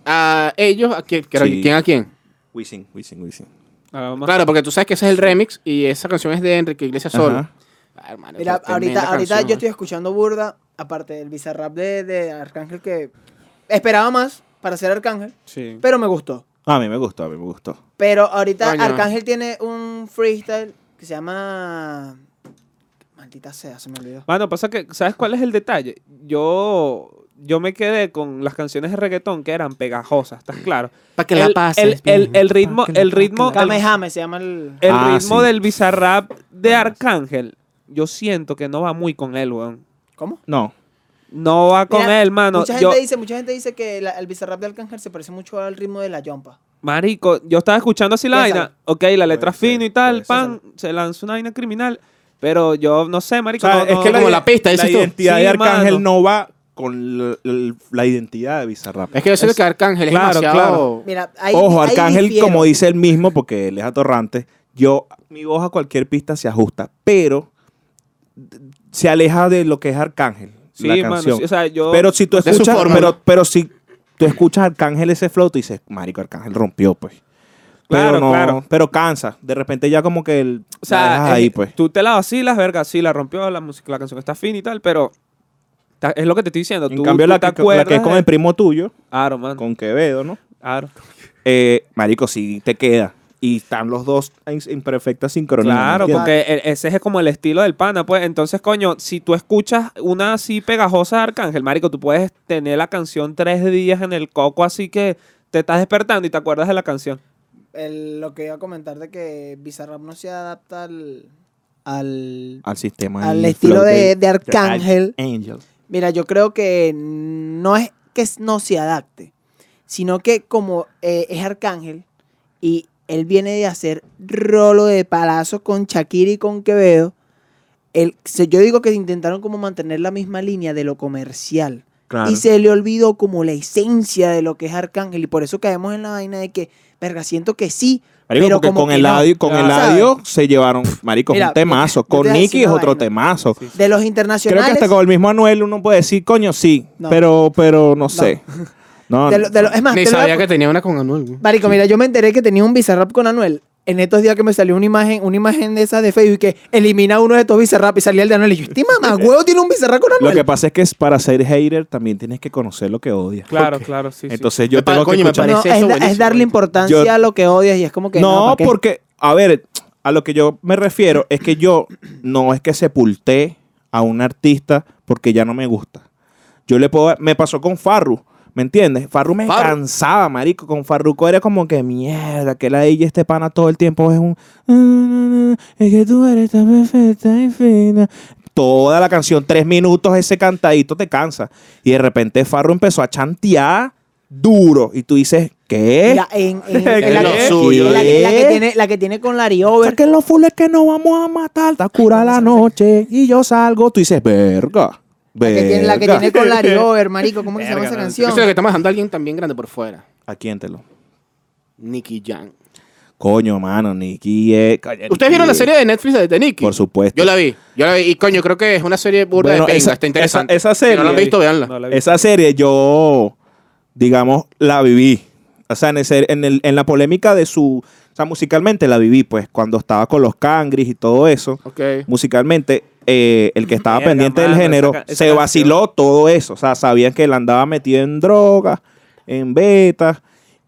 B: A ellos, ¿a quién, que era-
C: Sí.
B: ¿quién a quién?
C: Wisin, Wisin, Wisin.
D: Ah, vamos.
B: Claro, porque tú sabes que ese es el remix y esa canción es de Enrique Iglesias solo.
C: Ajá.
B: Ah, hermano,
E: Mira,
B: qué tremenda
E: ahorita, ahorita
B: canción,
E: yo
B: eh.
E: estoy escuchando Burda, aparte del bizarrap de, de Arcángel que esperaba más para ser Arcángel,
D: Sí.
E: pero me gustó.
C: Ah, A mí me gustó, a mí me gustó.
E: Pero ahorita
B: Coño.
E: Arcángel tiene un freestyle que se llama... Maldita sea, se me olvidó.
D: Mano, pasa que, ¿sabes cuál es el detalle? Yo, yo me quedé con las canciones de reggaetón que eran pegajosas, ¿estás claro?
B: Pa' que la
D: El-
B: pases
D: El, el-
B: bien,
D: el ritmo, el ritmo, el-
E: Kamehame se llama el...
D: el
C: Ah,
D: ritmo
C: sí.
D: del bizarrap de Arcángel, yo siento que no va muy con él, weón.
E: ¿Cómo?
C: No.
D: No va con
E: Mira,
D: él, mano.
E: Mucha,
D: Yo-
E: gente dice, mucha gente dice que la- el bizarrap de Arcángel se parece mucho al ritmo de la Yompa.
D: Marico, yo estaba escuchando así la
E: Piénsalo.
D: vaina. Ok, la letra
C: Puede ser,
D: fino y tal,
C: puede ser.
D: pan, se lanzó una vaina criminal. Pero yo no sé, marico.
C: O sea,
D: no-
C: es
D: no-
C: que
B: como
C: ide-
B: la pista, dices
C: la
B: tú.
C: identidad
D: Sí,
C: de Arcángel
D: mano.
C: no va con la, la- la identidad de Bizarrap.
B: Es que yo siento que Arcángel es
D: Claro,
B: demasiado.
D: claro.
E: Mira, ahí,
C: Ojo,
E: ahí
C: Arcángel,
E: difiero.
C: como dice él mismo, porque él es atorrante, yo, mi voz a cualquier pista se ajusta, pero d- se aleja de lo que es Arcángel,
D: Sí,
C: la
D: mano,
C: canción.
D: sí, o sea, yo-
C: pero si tú
B: De su
C: escuchas,
B: fórmula.
C: pero, pero si tú escuchas Arcángel ese flow, tú dices, marico, Arcángel rompió, pues. Pero
D: Claro,
C: no,
D: claro.
C: pero cansa. De repente ya como que el,
D: O sea,
C: la dejas ahí,
D: es-
C: pues.
D: tú te la vacilas, verga, sí, la rompió, la, música, la canción está fina y tal, pero ta- es lo que te estoy diciendo.
C: En
D: tú,
C: cambio,
D: tú
C: la
D: te
C: que, la que es
D: acuerdas
C: con
D: de-
C: el primo tuyo,
D: Claro, mano.
C: con Quevedo, ¿no?
D: claro.
C: Eh, marico, sí te queda. Y están los dos en, en perfecta sincronía.
D: Claro,
C: ¿me entiendes?
D: porque e- ese es como el estilo del pana, pues. Entonces, coño, si tú escuchas una así pegajosa de Arcángel, marico, tú puedes tener la canción tres días en el coco, así que te estás despertando y te acuerdas de la canción.
E: El- lo que iba a comentar de que Bizarrap no se adapta al, al...
C: Al sistema.
E: Al
C: del
E: estilo
C: Ah, flow
E: de- de Arcángel.
C: Angel.
E: Mira, yo creo que no es que s- no se adapte, sino que como eh, es Arcángel y él viene de hacer rolo de palazo con Shakira y con Quevedo, él, se- yo digo que intentaron como mantener la misma línea de lo comercial.
C: Claro.
E: Y se le olvidó como la esencia de lo que es Arcángel. Y por eso caemos en la vaina de que, verga, siento que sí.
C: Marico,
E: pero
C: porque
E: como
C: con
E: que
C: el
E: no,
C: audio, con el
E: ¿sabes?
C: audio se llevaron. Marico, es
E: Mira,
C: un temazo.
E: yo te voy
C: Con
E: a decir
C: Nicky es
E: una
C: otro
E: vaina.
C: temazo.
E: De los
C: Creo que
E: internacionales.
C: hasta con el mismo Anuel uno puede decir, coño, sí.
E: No.
C: Pero, pero
E: [LAUGHS]
C: no sé. No,
E: de lo- de lo- es más,
B: Ni
E: te lo voy a-
B: sabía que tenía una con Anuel. güey.
E: Marico, mira, yo me enteré que tenía un bizarrap con Anuel. En estos días que me salió una imagen, una imagen de esas de Facebook que elimina uno de estos bizarrap y salía el de Anuel. Y yo, este
C: [LAUGHS]
E: mamá, huevo tiene un bizarrap con
C: lo
E: Anuel.
C: que pasa es que es para ser hater también tienes que conocer lo que odias.
D: Claro, claro, sí. sí.
C: Entonces yo
B: Me pa-
C: tengo que
B: coño, me
C: escuchar-
E: No,
B: parece
E: es,
B: eso
E: da- es
B: buenísimo,
E: darle
B: marico.
E: importancia
C: Yo-
E: a lo que odias y es como que no,
C: no,
E: ¿pa' qué?
C: porque, a ver, a lo que yo me refiero es que yo no es que sepulté a un artista porque ya no me gusta. Yo le puedo, me pasó con Farru, ¿me entiendes? Farru me
B: Farru.
C: cansaba, marico. Con Farruko era como que mierda, que la ella este pana todo el tiempo es un. "No, no, no, Es que tú eres tan perfecta y fina. Toda la canción, tres minutos, ese cantadito te cansa. Y de repente Farru empezó a chantear duro. Y tú dices, [LAUGHS] ¿qué?
E: Mira, en, en-
D: Es
E: en la,
D: lo
E: que,
B: suyo,
E: la que- la que
C: ¿eh?
E: tiene, la que tiene con Larry Over.
C: Saquen los fules que nos vamos a matar. Está cura la noche. Y yo salgo. Tú dices, verga.
E: La
C: verga.
E: que tiene, la que tiene con Larry Over, marico. ¿Cómo que se llama
D: Verga,
E: esa
D: no sé.
B: Eso es lo que
E: canción?
B: está dejando a alguien también grande por fuera.
C: [LAUGHS] ¿A quién te lo?
B: Nicky Jam.
C: Coño, mano, Nicky. eh, coño, Nicky.
B: ¿Ustedes vieron la serie de Netflix de, de Nicky?
C: Por supuesto.
B: Yo la vi. Yo la vi. Y coño, creo que es una serie burda
C: Bueno,
B: de penga.
C: esa-
B: está interesante.
C: esa- esa
B: Si no la han
C: serie-
B: visto, veanla.
D: No la vi.
C: Esa serie yo, digamos, la viví. O sea, en, ese- en el- en la polémica de su... O sea, musicalmente la viví, pues, cuando estaba con los cangris y todo eso.
B: Ok.
C: Musicalmente, eh, el que estaba
D: Verga,
C: pendiente del
D: mano,
C: género
D: esa ca- esa
C: se vaciló todo eso. O sea, sabían que él andaba metido en drogas, en betas,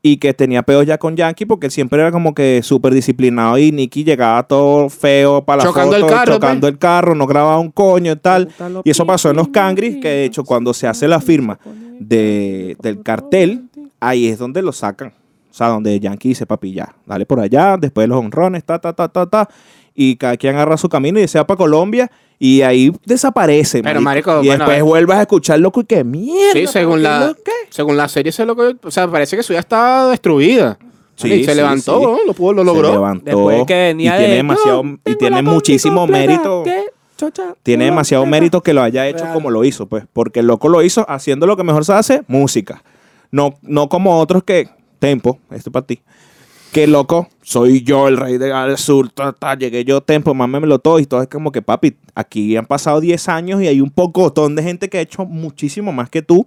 C: y que tenía peos ya con Yankee porque él siempre era como que súper disciplinado y Nicky llegaba todo feo para la
B: Chocando el
C: foto,
B: carro,
C: chocando
B: pues.
C: el carro, no grababa un coño y tal.
D: Puta, lo
C: Y eso pasó en los
D: pinté,
C: Cangris, que de hecho cuando se hace la firma de- del cartel, ahí es donde lo sacan. O sea, donde Yankee dice, papi, ya, dale por allá, después los honrones, ta, ta, ta, ta, ta. Y cada quien agarra su camino y se va para Colombia y ahí desaparece.
B: Pero, marico,
C: y
B: bueno,
C: después
B: eh.
C: vuelves a escuchar loco y que mierda.
B: Sí, según
C: ¿qué
B: la,
C: loco?
B: según la serie, se lo que, o sea, parece que su vida está destruida.
C: Sí,
B: y se
C: sí,
B: levantó,
C: sí.
B: ¿no? lo pudo, lo
C: Se
B: logró.
C: levantó
D: Después que venía
C: y tiene
D: de,
C: demasiado
D: "No,
C: y
D: tengo
C: tiene
D: la
C: muchísimo
D: contigo plena,
C: mérito.
D: ¿qué? Chocha,
C: Tiene
D: tengo la
C: demasiado
D: plena".
C: mérito que lo haya hecho
E: Real.
C: como lo hizo, pues. Porque el loco lo hizo haciendo lo que mejor se hace, música. No, no como otros que. Tempo, esto para ti. Que loco, soy yo el rey del sur, ta, ta, llegué yo, tempo, mámemelo todo. Y todo es como que, papi, aquí han pasado 10 años y hay un pocotón de gente que ha hecho muchísimo más que tú.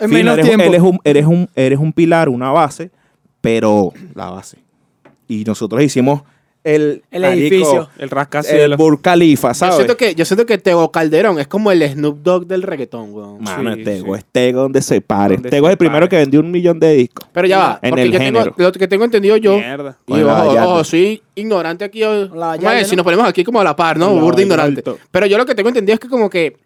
E: En
C: Fino,
E: menos
C: eres,
E: tiempo.
C: Un, eres, un, eres, un, eres un pilar, una base, pero la base. Y nosotros hicimos el,
E: El
C: marico,
E: edificio.
D: El
C: El
D: rascacielos.
C: Burj Khalifa,
B: Yo
C: ¿sabes?
B: siento, que, yo siento que Tego Calderón es como el Snoop Dogg del reggaetón, weón.
C: Mano,
D: Sí,
C: Tego
D: sí.
C: es Tego donde se pare.
D: Donde
C: Tego
D: se
C: es el primero
D: pare.
C: que vendió un millón de discos.
B: Pero ya va,
C: En
B: porque
C: el
B: yo tengo,
C: género.
B: lo que tengo entendido yo,
D: Mierda.
B: y
C: Con la
B: ojo,
C: Vallarta.
B: ojo, soy ignorante aquí, o-
E: Con la
B: ¿cómo
E: Vallarta,
B: es?
E: ¿no?
B: si nos ponemos aquí como a la par, ¿no?
C: Con la
B: Burda ignorante.
C: Vallarta.
B: Pero yo lo que tengo entendido es que como que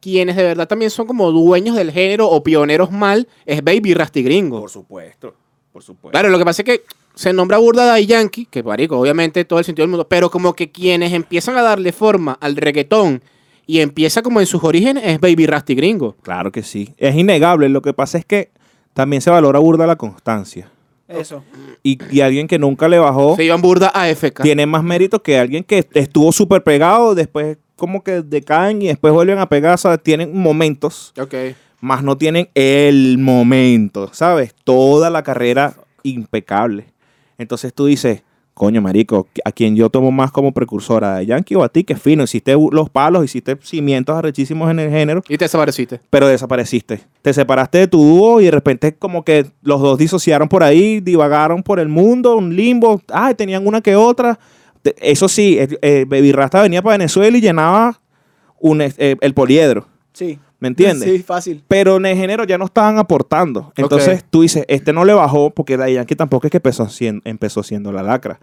B: quienes de verdad también son como dueños del género o pioneros mal es Baby y Rasty Gringo.
C: supuesto, por supuesto.
B: Claro, lo que pasa es que se nombra burda Daddy Yankee, que marico, obviamente todo el sentido del mundo, pero como que quienes empiezan a darle forma al reggaetón y empieza como en sus orígenes es Baby Rasty Gringo.
C: Claro que sí. Es innegable. Lo que pasa es que también se valora burda la constancia.
E: Eso.
C: Y, y alguien que nunca le bajó
B: Se iban burda AFK.
C: Oh. tiene más mérito que alguien que estuvo súper pegado, después como que decaen y después vuelven a pegar. O sea, tienen momentos,
B: Ok.
C: más no tienen el momento, ¿sabes? Toda la carrera impecable. Entonces tú dices, coño, marico, ¿a quién yo tomo más como precursora? ¿A Yankee o a ti? Que fino, hiciste bu- los palos, hiciste cimientos arrechísimos en el género,
B: Y te desapareciste.
C: pero desapareciste. Te separaste de tu dúo y de repente como que los dos disociaron por ahí, divagaron por el mundo, un limbo, ay, tenían una que otra. Te- Eso sí, eh, eh, Baby Rasta venía para Venezuela y llenaba un, es- eh, el poliedro,
E: Sí.
C: ¿me entiendes?
E: Sí, fácil.
C: pero en el género ya no estaban aportando. Entonces tú dices, este no le bajó porque Daddy Yankee tampoco es que empezó siendo, empezó siendo la lacra.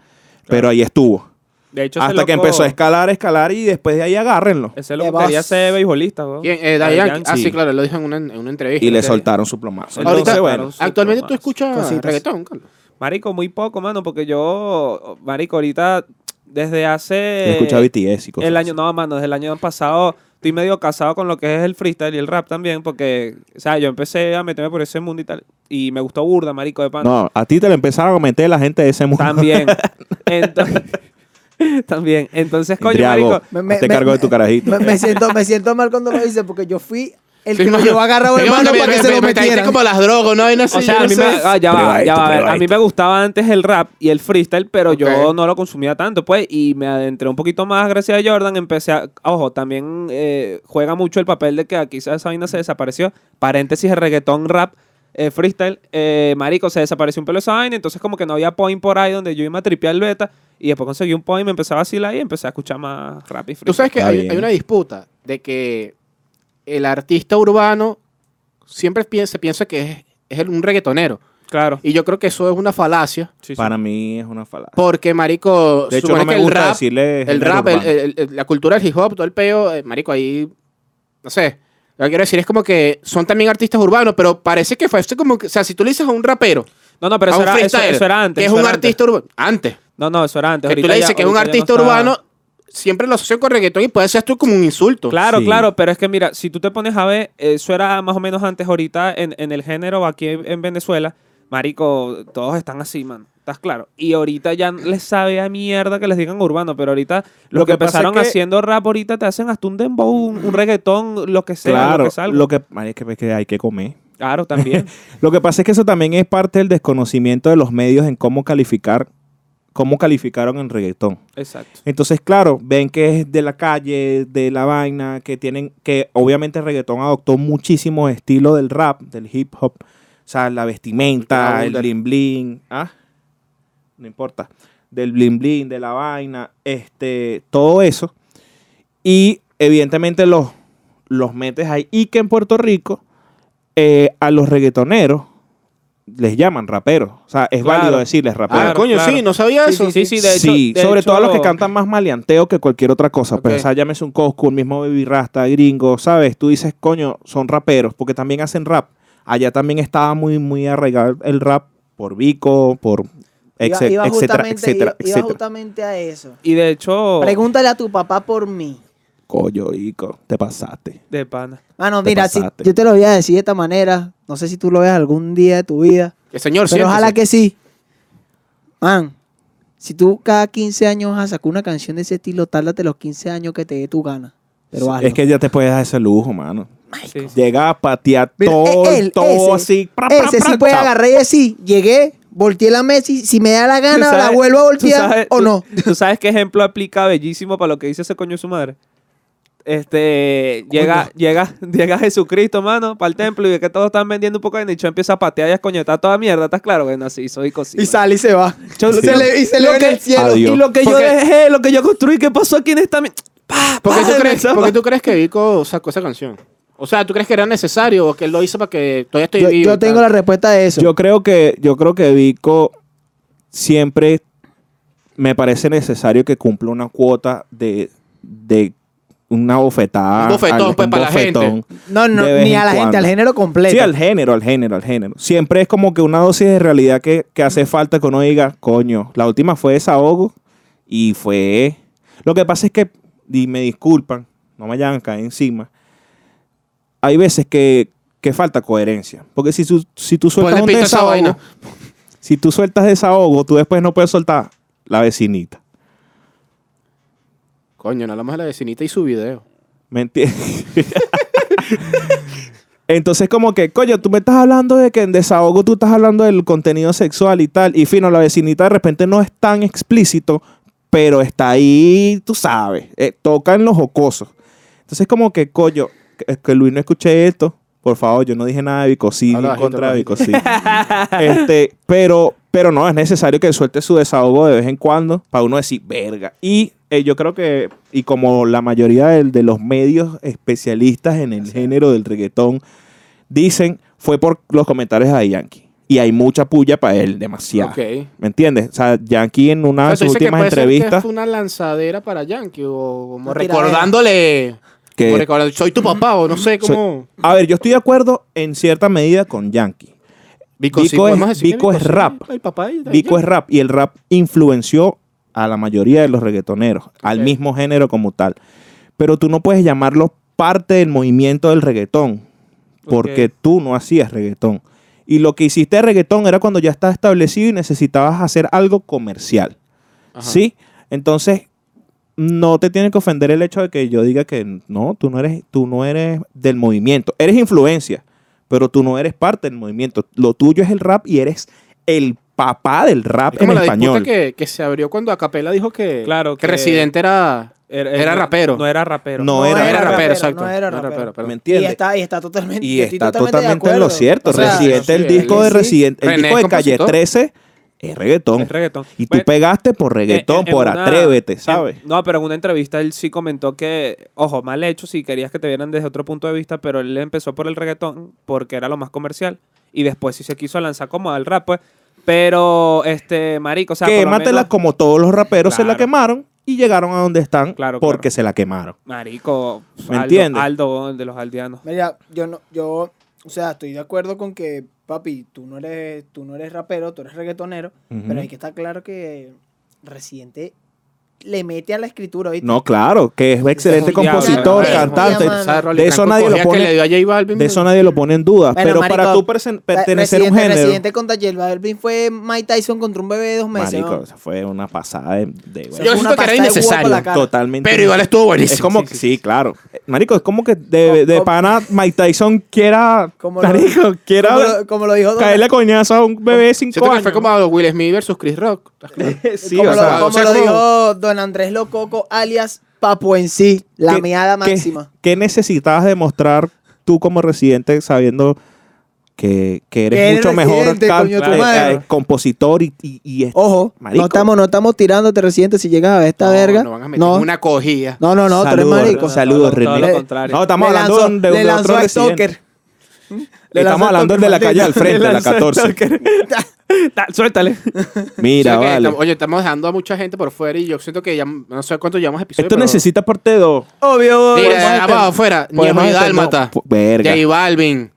C: Pero ahí estuvo.
D: De hecho, ese
C: Hasta que
D: loco-
C: empezó a escalar, escalar y después de ahí agárrenlo.
D: Ese
E: Le
D: loco
E: vas-
D: quería ser beisbolista, weón.
B: ¿Quién? Eh, Daddy
D: Daddy
B: Yankee.
D: Yankee.
B: Ah, sí,
C: Sí.
B: claro, lo dijo en una, en una entrevista.
C: Y le
B: Sí.
C: soltaron su plomazo.
D: Entonces,
C: Entonces, bueno,
D: claro.
B: Actualmente tú
D: Tomás.
B: escuchas
E: Cositas.
B: reggaetón, Carlos.
D: Marico, muy poco, mano, porque yo, marico, ahorita, desde hace...
C: yo escuchaba BTS y cosas.
D: El año, no, mano, desde el año pasado estoy medio casado con lo que es el freestyle y el rap también, porque, o sea, yo empecé a meterme por ese mundo y tal, y me gustó burda, marico, de pan.
C: No, a ti te lo empezaron a meter la gente de ese mundo. [LAUGHS]
D: También. Entonces, [LAUGHS] también. Entonces, coño,
C: Triago,
D: marico.
E: Me- me-
C: hazte
E: me-
C: cargo de tu carajito.
E: Me, me siento, me siento mal cuando lo hice porque yo fui el
B: Sí,
E: que lo
B: mano.
E: llevó agarrado
B: Sí,
E: en mano
B: mano,
E: para
B: me-
E: que
B: me-
E: se
B: me
E: lo
B: trajiste
E: metieran.
B: como las drogas, ¿no? Y [LAUGHS] no sé,
D: O sea,
B: yo
D: a
B: no
D: mí, me,
B: sé.
D: ah, ya va,
C: Probadito,
D: ya va, a ver, a mí
C: probadito.
D: me gustaba antes el rap y el freestyle, pero yo
B: Ok.
D: no lo consumía tanto, pues, y me adentré un poquito más gracias a Jordan. Empecé a, ojo, también eh, juega mucho el papel de que aquí esa esa vaina se desapareció. Paréntesis, el reggaetón rap. eh, freestyle, eh, marico, se desapareció un pelo esa vaina, entonces como que no había point por ahí donde yo iba a tripear el beta y después conseguí un point, me empecé a vacilar y empecé a escuchar más rap y freestyle.
B: Tú sabes que
C: Está
B: hay,
C: bien.
B: hay una disputa de que el artista urbano siempre piensa, piensa que es, es el- un reggaetonero.
D: Claro.
B: Y yo creo que eso es una falacia.
D: Sí, Pues, sí.
C: Para mí es una falacia.
B: Porque, marico,
C: De hecho,
B: supone
C: no me
B: que el
C: gusta
B: rap-
C: decirle
B: el
C: género
B: rap, el-
C: urbano.
B: el- el- la cultura del hip hop, todo el peo, eh, marico, ahí, no sé. Lo que quiero decir es como que son también artistas urbanos, pero parece que fue eso como que, o sea, si tú le dices a un rapero,
D: No, no, pero
B: a un
D: eso era, eso,
B: freestyler,
D: eso era antes.
B: que es
D: eso
B: un
D: era antes.
B: artista urbano, antes,
D: No, no, eso era antes.
B: que tú
D: ahorita
B: le
D: ya-
B: dices que es un
D: ahorita ya no
B: artista
D: está-
B: urbano, siempre lo asocio con reggaetón y puede ser tú como un insulto.
D: Claro,
C: Sí.
D: claro, pero es que mira, si tú te pones a ver, eso era más o menos antes ahorita en, en el género aquí en en Venezuela, marico, todos están así, man. ¿Estás claro? Y ahorita ya les sabe a mierda que les digan urbano, pero ahorita los
C: Lo
D: que,
C: que pasa
D: empezaron
C: es que-
D: haciendo rap ahorita te hacen hasta un dembow, un, un reggaetón, lo que sea,
C: claro,
D: lo que salga.
C: lo que, ay, es que- es que hay que comer.
D: Claro,
C: [LAUGHS]
D: también.
C: Lo que pasa es que eso también es parte del desconocimiento de los medios en cómo calificar, cómo calificaron en reggaetón.
D: Exacto.
C: Entonces, claro, ven que es de la calle, de la vaina, que tienen, que obviamente el reggaetón adoptó muchísimo estilo del rap, del hip hop. O sea, la vestimenta,
B: Ah,
C: el
B: del-
C: bling bling, ¿ah? No importa. Del bling bling, de la vaina, este, todo eso. Y evidentemente los, los metes ahí. Y que en Puerto Rico, eh, a los reggaetoneros les llaman raperos. O sea, es
D: Claro.
C: válido decirles
B: Ah,
C: raperos.
D: Claro,
B: coño,
D: claro.
B: sí, no sabía
D: Sí,
B: eso.
D: sí, sí, de hecho.
C: sí,
D: de
C: sobre todo a los
D: hecho-
C: que cantan más maleanteo que cualquier otra cosa. Pero,
D: Ok.
C: o sea, llámese un Coscu, el mismo Baby Rasta, gringo, ¿sabes? Tú dices, coño, son raperos, porque también hacen rap. Allá también estaba muy, muy arraigado el rap por Vico, por
E: Iba-
C: etcétera,
E: iba
C: etcétera,
E: justamente-
C: etcétera,
E: iba- iba
C: etcétera.
E: justamente a eso.
D: Y de
E: Oh.
D: hecho,
E: Pregúntale a tu papá por mí.
C: Coño, Vico, te pasaste.
D: de pana.
E: Mano,
C: Te
E: mira, si
C: pasaste.
E: yo te lo voy a decir de esta manera. No sé si tú lo veas algún día de tu vida.
B: Eh, Señor,
E: Pero
B: siéntese.
E: ojalá que sí. Man, si tú cada 15 años vas a sacar una canción de ese estilo, tárdate los 15 años que te dé tu gana. Pero hazlo.
C: Es que ya te puedes dar ese lujo, mano.
D: Sí, sí.
C: Llega a patear
E: Mira,
C: todo,
E: eh, él,
C: todo
E: ese,
C: así. pra, pra,
E: Ese sí
C: pra,
E: puede
C: chao.
E: agarrar y decir, llegué, volteé la Messi, si me da la
D: ¿Tú
E: gana, la
D: sabes-
E: vuelvo a
D: tú
E: voltear
D: sabes-
E: o
D: tú-
E: no.
D: ¿Tú sabes qué ejemplo aplica bellísimo para lo que dice ese coño de su madre? Este, llega, llega, [LAUGHS] llega Jesucristo, mano, para el templo y ve que todos están vendiendo un poco de nicho, empieza a patear y a escoñetar toda mierda, ¿estás claro? Bueno, así soy cosita.
E: Y sale y se va. Se le- y se le
D: Lo
E: ve en
D: que-
E: el cielo.
C: Adiós.
D: Y lo que yo
B: Porque-
D: dejé, lo que yo construí, ¿qué pasó aquí en esta mi- ¡Pah!
B: ¿Por qué, tú
D: Pájame,
B: crees,
D: chamo.
B: por qué tú crees que Vico sacó esa canción? O sea, ¿tú crees que era necesario o que él lo hizo para que todavía estoy
E: Yo,
B: vivo?
E: yo tengo la respuesta de eso.
C: Yo creo que, yo creo que Vico siempre me parece necesario que cumpla una cuota de, de una bofetada.
B: Un bofetón,
C: algo-
B: pues, para la
E: no, no,
C: de vez
E: ni a
C: en
E: la gente,
C: cuando.
E: al género completo.
C: Sí, al género, al género, al género. Siempre es como que una dosis de realidad que, que hace falta que uno diga, coño, la última fue desahogo y fue... Lo que pasa es que, y me disculpan, no me hayan caer encima, hay veces que, que falta coherencia. Porque si, su- si tú sueltas
B: Ponle
C: un
B: pito a esa
C: desahogo,
B: vaina.
C: si tú sueltas desahogo, tú después no puedes soltar la vecinita.
B: Coño, no hablamos de la vecinita y su video.
C: ¿Me entiendes? [LAUGHS] Entonces, como que, coño, tú me estás hablando de que en desahogo tú estás hablando del contenido sexual y tal. Y fino, la vecinita de repente no es tan explícito, pero está ahí, tú sabes, eh, toca en los jocosos. Entonces, como que, coño, que, que Luis no escuché esto. Por favor, yo no dije nada de Vicosí,
B: Habla
C: en
B: bajito, pues.
C: contra de
B: bajito. [LAUGHS]
C: Vicosí. este, pero, pero no, es necesario que suelte su desahogo de vez en cuando para uno decir, verga. Y eh, yo creo que, y como la mayoría del- de, los medios especialistas en el género del reggaetón dicen, fue por los comentarios de Yankee. Y hay mucha puya para él,
D: ah.
C: demasiado.
B: Ok. O
C: ¿Me entiendes? O sea, Yankee en una de
B: sea, tú dices
C: sus
B: que
C: últimas
B: puede ser que
C: entrevistas,
B: fue una lanzadera para Yankee o como
E: Una tiradera.
B: recordándole...
C: eh. que-
B: como recordar- soy tu papá o no sé
C: Soy-
B: cómo...
C: a ver, yo estoy de acuerdo en cierta medida con Yankee.
B: Vico, sí,
C: Vico es-
B: podemos decir que
C: Vico es
B: sí,
C: rap.
B: el papá de- de
C: Vico es
B: Yankee.
C: rap y el rap influenció a la mayoría de los reggaetoneros, al
B: Ok.
C: mismo género como tal. Pero tú no puedes llamarlo parte del movimiento del reggaetón, porque
D: Ok.
C: tú no hacías reggaetón. Y lo que hiciste de reggaetón era cuando ya estaba establecido y necesitabas hacer algo comercial.
B: Ajá.
C: ¿Sí? Entonces, no te tiene que ofender el hecho de que yo diga que no, tú no eres, tú no eres del movimiento. Eres influencia, pero tú no eres parte del movimiento. Lo tuyo es el rap y eres el papá del rap
B: Es como
C: en
B: la
C: español.
B: disputa que, que se abrió cuando Acapela dijo que,
D: Claro,
B: que
D: que-
B: Residente era, era
D: no-
B: rapero.
D: No era rapero.
C: No,
B: No
C: era,
B: era rapero,
E: rapero,
B: exacto.
E: no era rapero.
B: perdón.
C: ¿Me
E: y,
C: entiendes?
E: está, y está totalmente
C: Y
E: yo estoy
C: está
E: de
C: totalmente en
E: acuerdo.
C: lo cierto.
E: O sea,
C: Residente, el
B: sí,
C: disco
B: él
C: de
B: sí.
C: Residente, el
B: René
C: disco de
B: es
C: Calle
B: compositor.
C: 13 es reggaetón.
D: Es reggaetón.
C: Y tú
D: Bueno,
C: pegaste por reggaetón,
D: En- en
C: por
D: una-
C: atrévete,
D: en-
C: ¿sabes?
D: no, pero en una entrevista él sí comentó que, ojo, mal hecho si querías que te vieran desde otro punto de vista, pero él empezó por el reggaetón porque era lo más comercial y después sí se quiso lanzar como al rap, pues. Pero, este, marico, o sea, por lo
C: Quématela
D: menos-
C: como todos los raperos se la
D: Claro.
C: quemaron y llegaron a donde están
D: Claro,
C: porque
D: claro.
C: se la quemaron.
D: marico,
C: ¿Me
D: Aldo-
C: entiendes?
D: Aldo, el de los aldeanos. [LAUGHS]
E: Mira, yo no, yo, o sea, estoy de acuerdo con que, papi, tú no eres, tú no eres rapero, tú eres reggaetonero,
C: Ujú.
E: pero hay que estar claro que Residente le mete a la escritura, ¿oíste?
C: No, claro, que es excelente
B: Diablo,
C: compositor,
B: marico,
C: cantante.
E: llama-
B: Esa Rolly
C: De eso
B: Blanco
C: nadie lo
B: cogía
C: pone-
B: Que le dio a J Balvin.
C: De eso nadie lo pone en duda.
E: Bueno,
C: pero para
E: marico,
C: tú perse- pertenecer a un
E: Residente-
C: género.
E: Residente contra J Balvin fue Mike Tyson contra un bebé de dos meses.
C: Marico,
E: ¿no?
C: esa fue una pasada de, de-
E: Yo
C: bueno,
E: una
B: Yo siento que
E: pasta
B: era
E: de huevo
B: innecesario.
E: para la cara.
C: totalmente.
B: Pero igual estuvo buenísimo.
C: es como
B: Sí,
C: que-
B: sí,
C: sí, claro. Eh, Marico, es como que de, de
E: Co-
C: pana Mike Tyson quiera,
E: [LAUGHS] Como lo-
C: marico, quiera
E: como, lo, como lo dijo Donald-
C: caerle a coñazo a un bebé de cinco
B: Siento que
C: años.
B: fue como Will Smith versus Chris Rock.
C: [LAUGHS] [LAUGHS] sí,
E: como
C: o
E: lo,
C: sea,
E: como
B: o sea,
E: lo
B: como-
E: dijo Don Andrés Lococo, alias Papo en sí, la
C: ¿Qué-
E: meada
C: qué-
E: máxima.
C: ¿Qué, necesitabas demostrar tú como residente sabiendo que, que eres
E: Que eres
C: mucho mejor
E: residente,
C: can-
E: coño,
D: tu
C: eh,
E: madre.
C: eh, compositor y, y, y esto?
E: Ojo,
C: Marico.
E: no estamos, no estamos tirándote reciente si llegas a ver esta
B: No,
E: verga.
B: No van a meter
E: no,
B: una cogida.
E: no, no, no, tú eres
C: Saludos,
E: marico.
C: René. saludos, Eh,
D: Todo lo- todo
E: René.
D: lo contrario.
C: No, estamos
E: Le
C: hablando
E: lanzó-
C: de,
E: le
C: de
E: lanzó
C: otro
E: a
C: residente. ¿Mm?
E: Stalker. Le lanzó
C: Estamos
E: a
C: hablando
E: Stalker,
C: del de la calle al
E: maldito.
C: frente, de la
D: lanzó a
C: 14.
D: Ta- Suéltale.
C: Mira,
B: Siento que
C: vale.
B: estamos- oye, estamos dejando a mucha gente por fuera y yo siento que ya no sé cuánto llevamos episodios.
C: Esto
B: pero-
C: necesita parte 2.
E: Obvio.
B: Mira,
E: vamos a-
B: vamos afuera. Ñejo y Dálmata.
C: Verga.
B: J Balvin.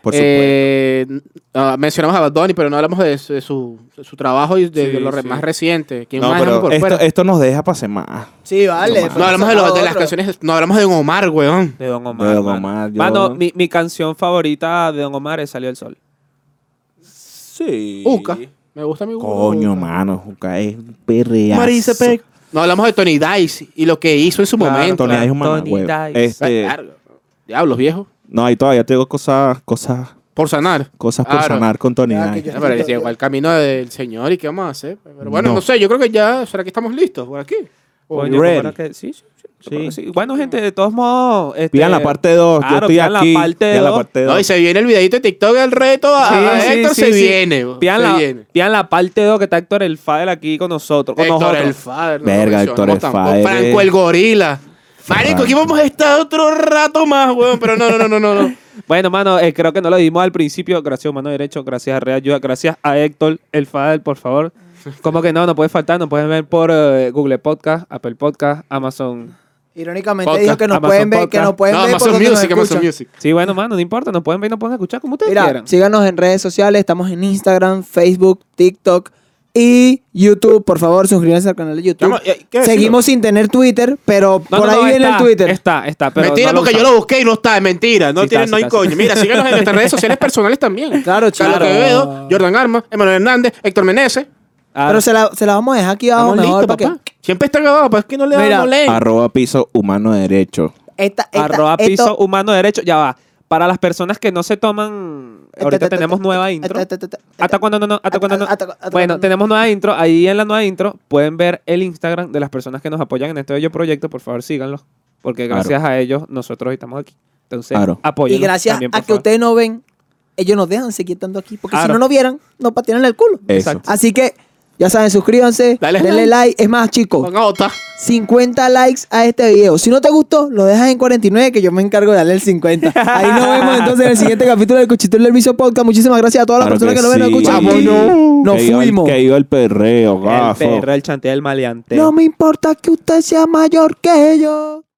C: Por
B: Eh, ah, mencionamos a Bad Bunny, pero no hablamos de su, de su, de su trabajo y de,
D: Sí,
B: lo re-
D: sí.
B: más reciente. ¿Quién
C: No,
B: más dejamos
C: pero
B: por
C: esto,
B: fuera?
C: esto nos deja para más.
E: Sí, vale.
C: No,
B: no hablamos de, lo- de las canciones, no hablamos de Don Omar, weón.
D: De Don Omar.
C: De Don
D: mano.
C: Omar, yo-
D: Mano, mi, mi canción favorita de Don Omar es Salió el Sol.
C: Sí.
B: Uca. Me gusta mi Uca.
C: Coño, mano. Juca es un perreazo.
B: Marisa Peck. No hablamos de Tony Dice y lo que hizo en su
D: Claro,
B: momento.
C: Tony
D: Claro,
C: es un
D: Tony
C: mamagüevo.
D: Dice.
C: Este,
B: Claro. Diablos, viejo.
C: no, ahí todavía tengo cosas, cosas,
B: Por sanar.
C: cosas por
B: Claro.
C: sanar con Tony
E: Ah, que
C: Dice.
E: yo-
B: Ya, Pero llegó al camino del Señor y qué vamos a hacer. Pero bueno,
C: No.
B: no, sé, yo creo que ya, ¿será que estamos listos por aquí?
D: Coño,
C: Ready.
D: ¿cómo era que- sí, sí, sí, supongo que sí. Bueno, gente, de todos modos. este,
C: Pidan la parte 2.
D: claro,
C: yo
D: pidan
C: estoy
D: la
C: aquí.
D: parte
C: pidan la
D: dos.
C: parte
B: No, y
C: 2.
B: se viene el videito de TikTok el reto. A,
D: Sí,
B: a
D: sí,
B: Héctor
D: sí,
B: Ah, se
D: sí.
B: viene. bo,
D: Pidan
B: se
D: la,
B: viene.
D: pidan la parte 2 que está Héctor el Fadel aquí con nosotros. Con
B: Héctor
D: nosotros.
B: el Fader.
C: Verga,
B: mencionamos
C: Héctor el
B: tampoco.
C: Fader.
D: eh.
B: Franco el Gorila. Marico, aquí vamos a estar otro rato más, weón. Pero no, no, no, no, no, no.
D: Bueno, mano, eh, creo que no lo dijimos al principio. Gracias, mano derecho. Gracias a Real Ayuda. Gracias a Héctor, el Fadel, por favor. Como que no, no puede faltar. Nos pueden ver por eh, Google Podcast, Apple Podcast, Amazon.
E: Irónicamente
B: Podcast,
E: dijo que nos
D: Amazon
E: pueden ver, que
D: Podcast.
E: nos [LAUGHS] pueden
B: No,
E: ver por
B: Amazon
E: donde nos
B: Music, Amazon
E: escuchan.
B: Music.
D: Sí, bueno, mano, no importa. Nos pueden ver y nos pueden escuchar como ustedes
E: Mira,
D: quieran.
E: síganos en redes sociales, estamos en Instagram, Facebook, TikTok y YouTube. Por favor, suscríbanse al canal de YouTube.
B: Llama- eh, ¿qué decirlo?
E: Seguimos sin tener Twitter, pero
D: No,
E: por
D: no,
E: ahí
D: no,
E: viene
D: está,
E: el Twitter.
D: Está, está. Pero
B: mentira,
D: no
B: porque yo
D: usamos.
B: lo busqué y no está. Es mentira. No
D: Sí,
B: tienen
D: está,
B: no
D: sí,
B: hay
D: está,
B: coño.
D: sí.
B: Mira, síganos en nuestras redes sociales personales también.
E: [LAUGHS] Claro,
B: Carlos
E: claro.
B: Quevedo, Jordan Arma, Emanuel Hernández, Héctor Meneses.
D: Ah,
E: Pero se la, se la vamos a dejar aquí abajo
B: Estamos
E: mejor
B: listos,
E: para
B: papá.
E: que.
B: Siempre está grabado, pero es que no le
E: Mira.
B: damos
D: Eh.
B: ley.
C: Arroba piso humano derecho.
E: Esta, esta-
D: arroba
E: eh, esto-
D: piso humano derecho. Ya va. Para las personas que no se toman.
E: esta-
D: Ahorita
E: esta-
D: tenemos
E: esta-
D: nueva
E: esta-
D: intro.
E: esta- esta- esta-
D: ¿Hasta cuándo no? no? ¿Hasta
E: hasta-
D: cuándo no?
E: hasta- hasta
D: Bueno,
E: cuándo no.
D: tenemos nueva intro. Ahí en la nueva intro pueden ver el Instagram de las personas que nos apoyan en este bello proyecto. Por favor, síganlos. Porque
C: Claro.
D: gracias a ellos, nosotros hoy estamos aquí. Entonces,
C: Claro.
E: Y
D: apoyen.
E: gracias a que ustedes no ven, ellos nos dejan seguir estando aquí. Porque si
D: Claro.
E: no nos vieran, nos patinan el culo.
C: Eso.
D: Exacto.
E: Así que, ya saben, suscríbanse,
B: Dale
E: denle
B: like.
E: like. Es más, chicos,
B: Van a votar.
E: 50 likes a este video. Si no te gustó, lo dejas en 49, que yo me encargo de darle el 50. Ahí nos vemos entonces en el siguiente capítulo del Cuchitril del Vicio Podcast. Muchísimas gracias a todas las personas que, nos ven y nos escuchan. Nos
C: Que iba el-
E: fuimos.
C: Que iba el perreo,
D: El
C: gafo.
D: perro, el chantea, el maleante.
E: No me importa que usted sea mayor que yo.